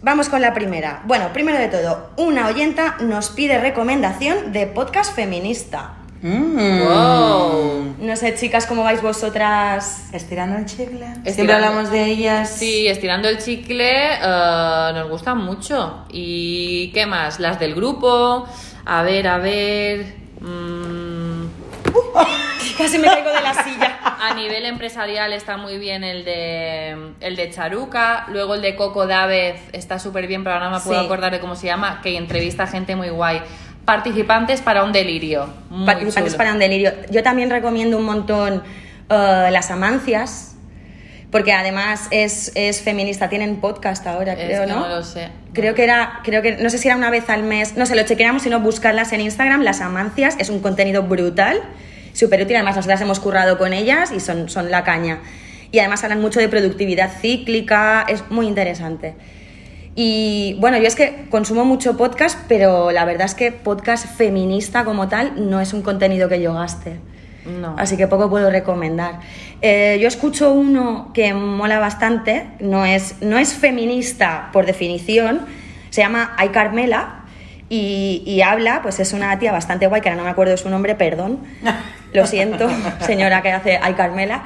Speaker 3: Vamos con la primera. Bueno, primero de todo, una oyenta nos pide recomendación de podcast feminista.
Speaker 4: Mm.
Speaker 2: Wow.
Speaker 3: No sé, chicas, cómo vais vosotras. (laughs)
Speaker 4: Estirando el chicle. Siempre
Speaker 2: Estirando.
Speaker 4: hablamos de ellas.
Speaker 2: Sí, estirando el chicle, eh, nos gustan mucho. ¿Y qué más? Las del grupo. A ver, a ver. mm,
Speaker 3: Casi me caigo de la silla.
Speaker 2: A nivel empresarial está muy bien el de el de Charuca, luego el de Coco Dávez está súper bien, pero ahora no me puedo
Speaker 3: Sí.
Speaker 2: acordar de cómo se llama, que entrevista a gente muy guay. Participantes para un delirio. (laughs) muy
Speaker 3: participantes
Speaker 2: chulo.
Speaker 3: para un delirio. Yo también recomiendo un montón eh, Las Amancias, porque además es, es feminista, tienen podcast ahora,
Speaker 2: Es
Speaker 3: creo,
Speaker 2: que
Speaker 3: ¿no?
Speaker 2: no lo sé.
Speaker 3: Creo que era, creo que, no sé si era una vez al mes, no sé, lo chequeamos, sino buscarlas en Instagram, Las Amancias, es un contenido brutal, súper útil, además nosotras hemos currado con ellas y son, son la caña. Y además hablan mucho de productividad cíclica, es muy interesante. Y bueno, yo es que consumo mucho podcast, pero la verdad es que podcast feminista como tal no es un contenido que yo gaste.
Speaker 2: No.
Speaker 3: Así que poco puedo recomendar. Eh, yo escucho uno que mola bastante, no es, no es feminista por definición, se llama Ay Carmela Y, y habla, pues es una tía bastante guay, que ahora no me acuerdo de su nombre, perdón. Lo siento, señora que hace Ay Carmela.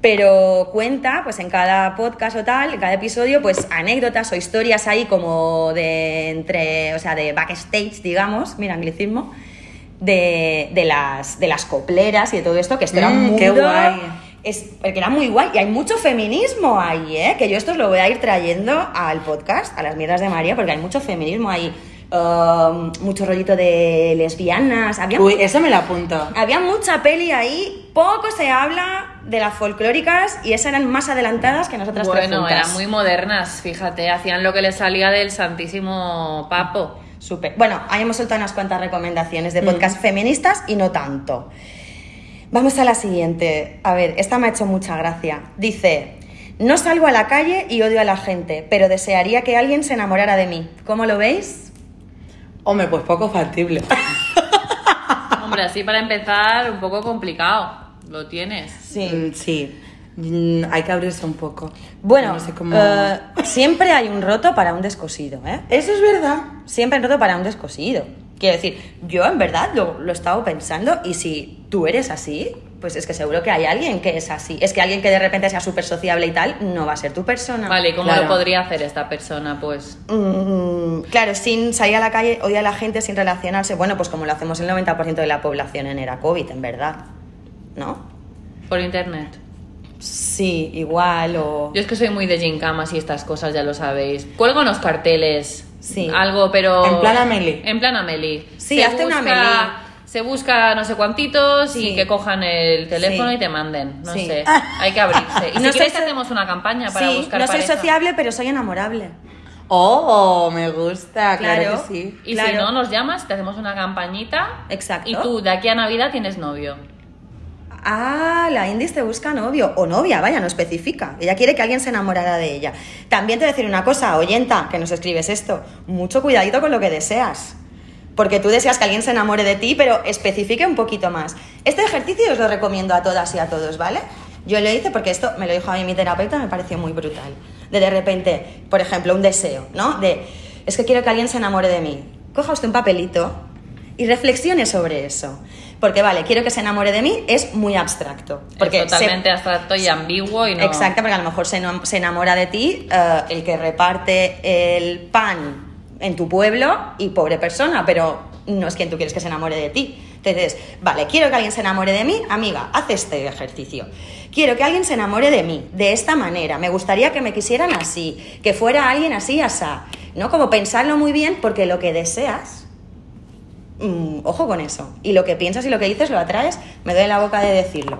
Speaker 3: Pero cuenta, pues en cada podcast o tal, en cada episodio, pues anécdotas o historias ahí como de entre, o sea, de backstage, digamos, mira, anglicismo, de, de las, de las copleras y de todo esto, que esto era un
Speaker 4: Mm, qué
Speaker 3: mundo-
Speaker 4: guay.
Speaker 3: es, porque era muy guay y hay mucho feminismo ahí, ¿eh? Que yo esto os lo voy a ir trayendo al podcast, a las mierdas de María, porque hay mucho feminismo ahí. um, mucho rollito de lesbianas. Había,
Speaker 4: Uy, esa me la apunto.
Speaker 3: había mucha peli ahí. Poco se habla de las folclóricas y esas eran más adelantadas que nosotras tres
Speaker 2: Bueno,
Speaker 3: juntas.
Speaker 2: eran muy modernas, fíjate, hacían lo que les salía del santísimo papo.
Speaker 3: Súper. Bueno, ahí hemos soltado unas cuantas recomendaciones de podcast feministas y no tanto. Vamos a la siguiente. A ver, esta me ha hecho mucha gracia. Dice, no salgo a la calle y odio a la gente, pero desearía que alguien se enamorara de mí. ¿Cómo lo veis?
Speaker 4: Hombre, pues poco factible.
Speaker 2: Hombre, así para empezar, un poco complicado. Lo tienes.
Speaker 4: (laughs) Mm, sí. Mm, hay que abrirse un poco.
Speaker 3: Bueno,
Speaker 4: No sé cómo-
Speaker 3: eh, siempre hay un roto para un descosido, ¿eh?
Speaker 4: Eso es verdad.
Speaker 3: Siempre hay un roto para un descosido. Quiero decir, yo en verdad lo, lo he estado pensando y si tú eres así, pues es que seguro que hay alguien que es así. Es que alguien que de repente sea súper sociable y tal, no va a ser tu persona.
Speaker 2: Vale, ¿y ¿cómo
Speaker 4: Claro.
Speaker 2: lo podría hacer esta persona? Pues
Speaker 3: Mm, claro, sin salir a la calle, odiar a la gente, sin relacionarse, bueno, pues como lo hacemos el 90% de la población en era COVID, en verdad. ¿No?
Speaker 2: por internet.
Speaker 3: Sí, igual o...
Speaker 2: Yo es que soy muy de gincamas y estas cosas, ya lo sabéis. Cuelgo unos carteles.
Speaker 3: Sí.
Speaker 2: Algo, pero.
Speaker 3: Oh.
Speaker 4: En plan Amelie.
Speaker 2: En plan Amelie.
Speaker 3: Sí, hazte una Amelie.
Speaker 2: Se busca no sé cuantitos y
Speaker 3: Sí.
Speaker 2: que cojan el teléfono
Speaker 3: Sí.
Speaker 2: y te manden. No
Speaker 3: Sí. (laughs)
Speaker 2: sé. Hay que abrirse. Y si
Speaker 3: No
Speaker 2: queréis
Speaker 3: soy so-
Speaker 2: que hacemos una campaña para
Speaker 3: sí,
Speaker 2: buscar
Speaker 3: no soy
Speaker 2: pareja.
Speaker 3: sociable, pero soy enamorable.
Speaker 4: Oh, me gusta, claro,
Speaker 3: Claro.
Speaker 4: que sí.
Speaker 2: Y si
Speaker 3: Claro.
Speaker 2: no, nos llamas, te hacemos una campañita.
Speaker 3: Exacto.
Speaker 2: Y tú, de aquí a Navidad, tienes novio.
Speaker 3: Ah, la Indis te busca novio o novia, vaya, no especifica. Ella quiere que alguien se enamorara de ella. También te voy a decir una cosa, oyenta, que nos escribes esto. Mucho cuidadito con lo que deseas. Porque tú deseas que alguien se enamore de ti, pero especifique un poquito más. Este ejercicio os lo recomiendo a todas y a todos, ¿vale? Yo lo hice porque esto me lo dijo a mí mi terapeuta, me pareció muy brutal. De de repente, por ejemplo, un deseo, ¿no? De, es que quiero que alguien se enamore de mí. Coja usted un papelito y reflexione sobre eso. Porque vale, quiero que se enamore de mí es muy abstracto.
Speaker 2: es
Speaker 3: Porque se-
Speaker 2: totalmente abstracto y ambiguo y no.
Speaker 3: Exacto, porque a lo mejor se, enam- se enamora de ti eh, el que reparte el pan en tu pueblo y pobre persona, pero no es quien tú quieres que se enamore de ti. Entonces, vale, quiero que alguien se enamore de mí, amiga, haz este ejercicio. Quiero que alguien se enamore de mí, de esta manera. Me gustaría que me quisieran así, que fuera alguien así, asá. ¿No? Como pensarlo muy bien, porque lo que deseas Mm, ojo con eso. Y lo que piensas y lo que dices lo atraes, me doy la boca de decirlo.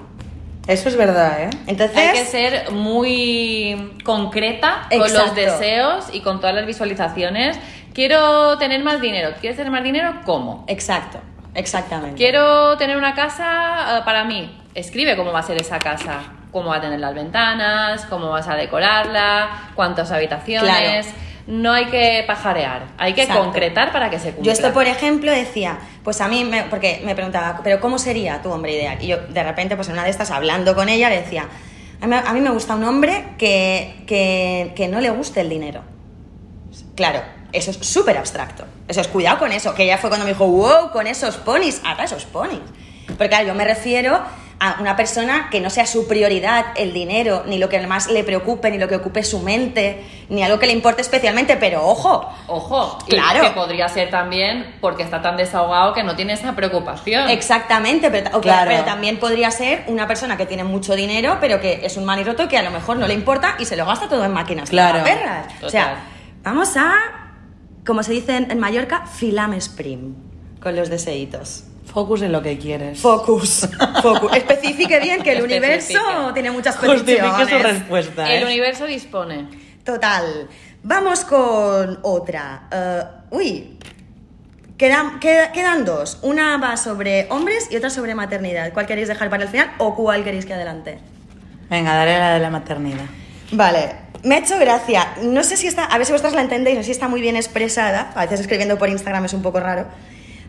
Speaker 4: Eso es verdad, ¿eh?
Speaker 3: Entonces,
Speaker 2: Hay que ser muy concreta con los
Speaker 3: Exacto.
Speaker 2: deseos y con todas las visualizaciones. Quiero tener más dinero. ¿Quieres tener más dinero? ¿Cómo?
Speaker 3: exacto, exactamente.
Speaker 2: Quiero tener una casa eh, para mí. Escribe cómo va a ser esa casa. Cómo va a tener las ventanas, cómo vas a decorarla, cuántas habitaciones. No hay que pajarear, hay que
Speaker 3: Exacto.
Speaker 2: concretar para que se cumpla.
Speaker 3: Yo esto, por ejemplo, decía, pues a mí, me- porque me preguntaba, pero ¿cómo sería tu hombre ideal? Y yo, de repente, pues en una de estas, hablando con ella, le decía, a mí, a mí me gusta un hombre que, que- que no le guste el dinero. Claro, eso es súper abstracto. Eso es, cuidado con eso, que ella fue cuando me dijo, wow, con esos ponis, haga esos ponis. Porque claro, yo me refiero a una persona que no sea su prioridad el dinero, ni lo que más le preocupe, ni lo que ocupe su mente, ni algo que le importe especialmente, pero ojo,
Speaker 2: Ojo, y
Speaker 3: Claro.
Speaker 2: que podría ser también porque está tan desahogado que no tiene esa preocupación.
Speaker 3: Exactamente, pero, ta- o que-
Speaker 4: Claro.
Speaker 3: pero también podría ser una persona que tiene mucho dinero, pero que es un maniroto que a lo mejor no le importa y se lo gasta todo en máquinas.
Speaker 4: Claro.
Speaker 3: tragaperras. O
Speaker 2: Total.
Speaker 3: sea, vamos a, como se dice en, en Mallorca, filames prim con los deseitos.
Speaker 4: Focus en lo que quieres.
Speaker 3: Focus, focus. Especifique bien que el universo
Speaker 2: (laughs) Especifique.
Speaker 3: tiene muchas
Speaker 4: (laughs) Justifique su
Speaker 3: peticiones.
Speaker 4: respuesta,
Speaker 2: El
Speaker 4: ¿eh?
Speaker 2: universo dispone.
Speaker 3: Total. Vamos con otra. Eh, uy. Quedan, queda- quedan dos. Una va sobre hombres y otra sobre maternidad. ¿Cuál queréis dejar para el final o cuál queréis que adelante?
Speaker 4: Venga, daré la de la maternidad.
Speaker 3: Vale. Me ha hecho gracia. No sé si está, a ver si vosotras la entendéis, no sé si está muy bien expresada. A veces escribiendo por Instagram es un poco raro.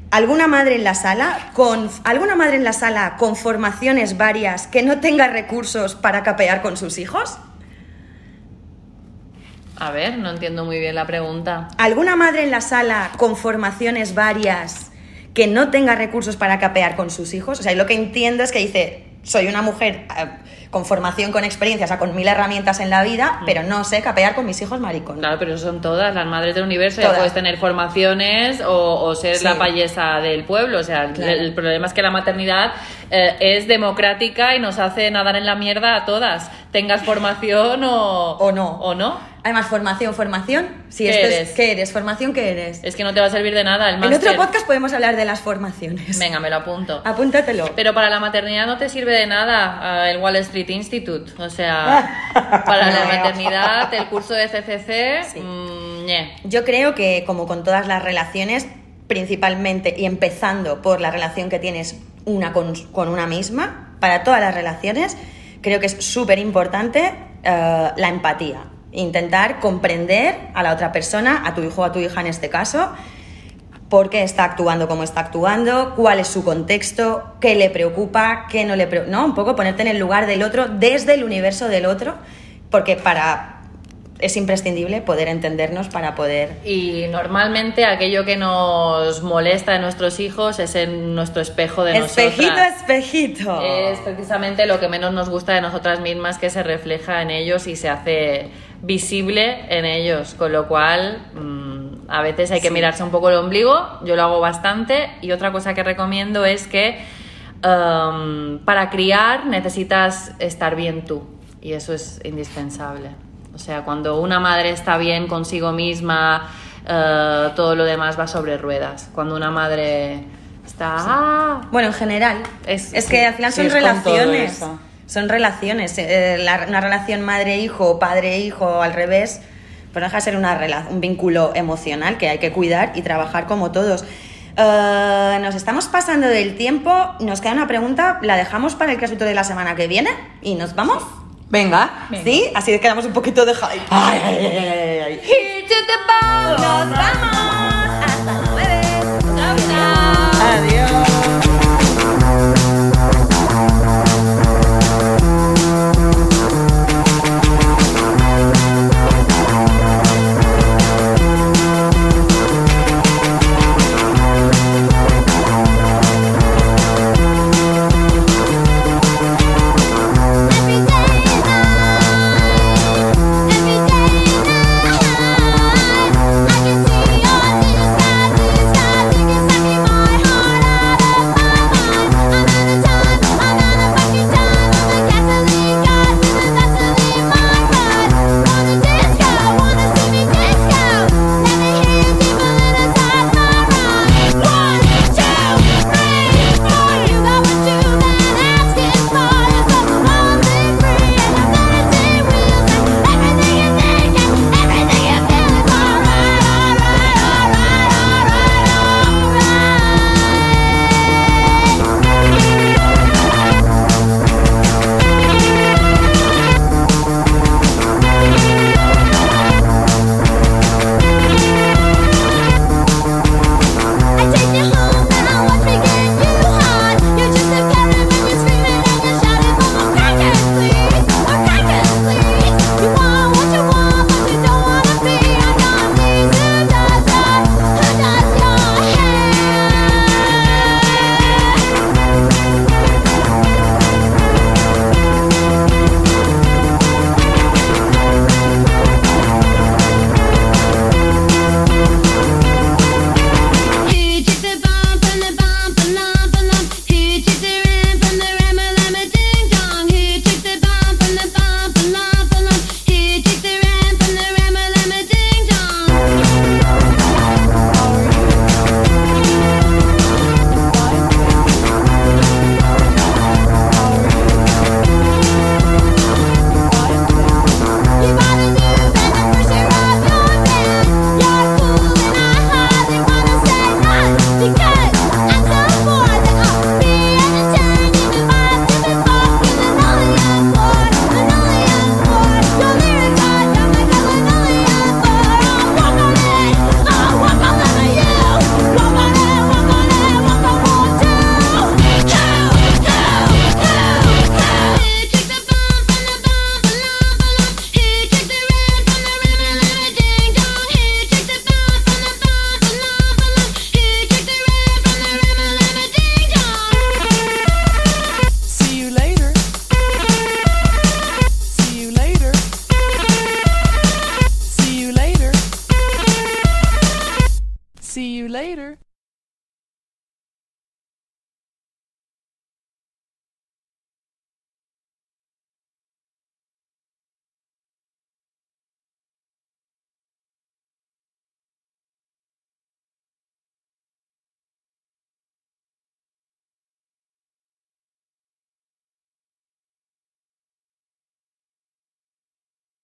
Speaker 3: Alguna madre en la sala con alguna madre en la sala con formaciones varias que no tenga recursos para capear con sus hijos.
Speaker 2: A ver, no entiendo muy bien la pregunta.
Speaker 3: ¿Alguna madre en la sala con formaciones varias que no tenga recursos para capear con sus hijos? O sea, lo que entiendo es que dice, soy una mujer eh, con formación, con experiencia, o sea, con mil herramientas en la vida, pero no sé capear con mis hijos maricón.
Speaker 2: Mm. Claro, pero eso son todas las madres del universo.
Speaker 3: Todas.
Speaker 2: Ya puedes tener formaciones o, o ser
Speaker 3: Sí.
Speaker 2: la payesa del pueblo. O sea, el-
Speaker 3: Claro.
Speaker 2: el, problema es que la maternidad eh, es democrática y nos hace nadar en la mierda a todas. Tengas formación o,
Speaker 3: O no.
Speaker 2: O no.
Speaker 3: Además, formación, formación. Si
Speaker 2: ¿Qué
Speaker 3: esto es-
Speaker 2: eres?
Speaker 3: ¿Qué eres? ¿Formación qué eres?
Speaker 2: Es que no te va a servir de nada el
Speaker 3: en
Speaker 2: máster.
Speaker 3: otro podcast podemos hablar de las formaciones.
Speaker 2: Venga, me lo apunto.
Speaker 3: Apúntatelo.
Speaker 2: Pero para la maternidad no te sirve de nada eh, el Wall Street Institute. O
Speaker 3: (laughs)
Speaker 2: sea, para la maternidad, el curso de CCC, mm, ñe.
Speaker 3: Yo creo que, como con todas las relaciones, principalmente y empezando por la relación que tienes una con, con una misma, para todas las relaciones, creo que es súper importante eh, la empatía. Intentar comprender a la otra persona, a tu hijo o a tu hija en este caso, por qué está actuando como está actuando, cuál es su contexto, qué le preocupa, qué no le preocupa. No, un poco ponerte en el lugar del otro, desde el universo del otro, porque para. Es imprescindible poder entendernos para poder
Speaker 2: Y normalmente aquello que nos molesta de nuestros hijos es en nuestro espejo de
Speaker 3: Espejito,
Speaker 2: nosotras.
Speaker 3: espejito.
Speaker 2: Es precisamente lo que menos nos gusta de nosotras mismas que se refleja en ellos y se hace visible en ellos. Con lo cual, mm, a veces hay que mirarse un poco el ombligo, yo lo hago bastante. Y otra cosa que recomiendo es que em, para criar necesitas estar bien tú. Y eso es indispensable. O sea, cuando una madre está bien consigo misma, eh, todo lo demás va sobre ruedas. Cuando una madre está... "Ah,
Speaker 3: Bueno, en general.
Speaker 2: Es-
Speaker 3: Es,
Speaker 2: sí,
Speaker 3: que al final
Speaker 4: sí,
Speaker 3: son
Speaker 4: es con todo
Speaker 3: relaciones.
Speaker 4: eso.
Speaker 3: Son relaciones. eh, la- una relación madre-hijo o padre-hijo o al revés, pues no deja de ser una rela- un vínculo emocional que hay que cuidar y trabajar como todos. Eh, nos estamos pasando del tiempo. Nos queda una pregunta. La dejamos para el casuto de la semana que viene y nos vamos.
Speaker 4: Venga.
Speaker 3: ¿Sí? Así quedamos un poquito de hype.
Speaker 4: Ay, ay, ay, ay, ay, ay.
Speaker 3: ¡Nos vamos! ¡Hasta el jueves!
Speaker 4: Adiós.
Speaker 7: I can see you.
Speaker 1: later.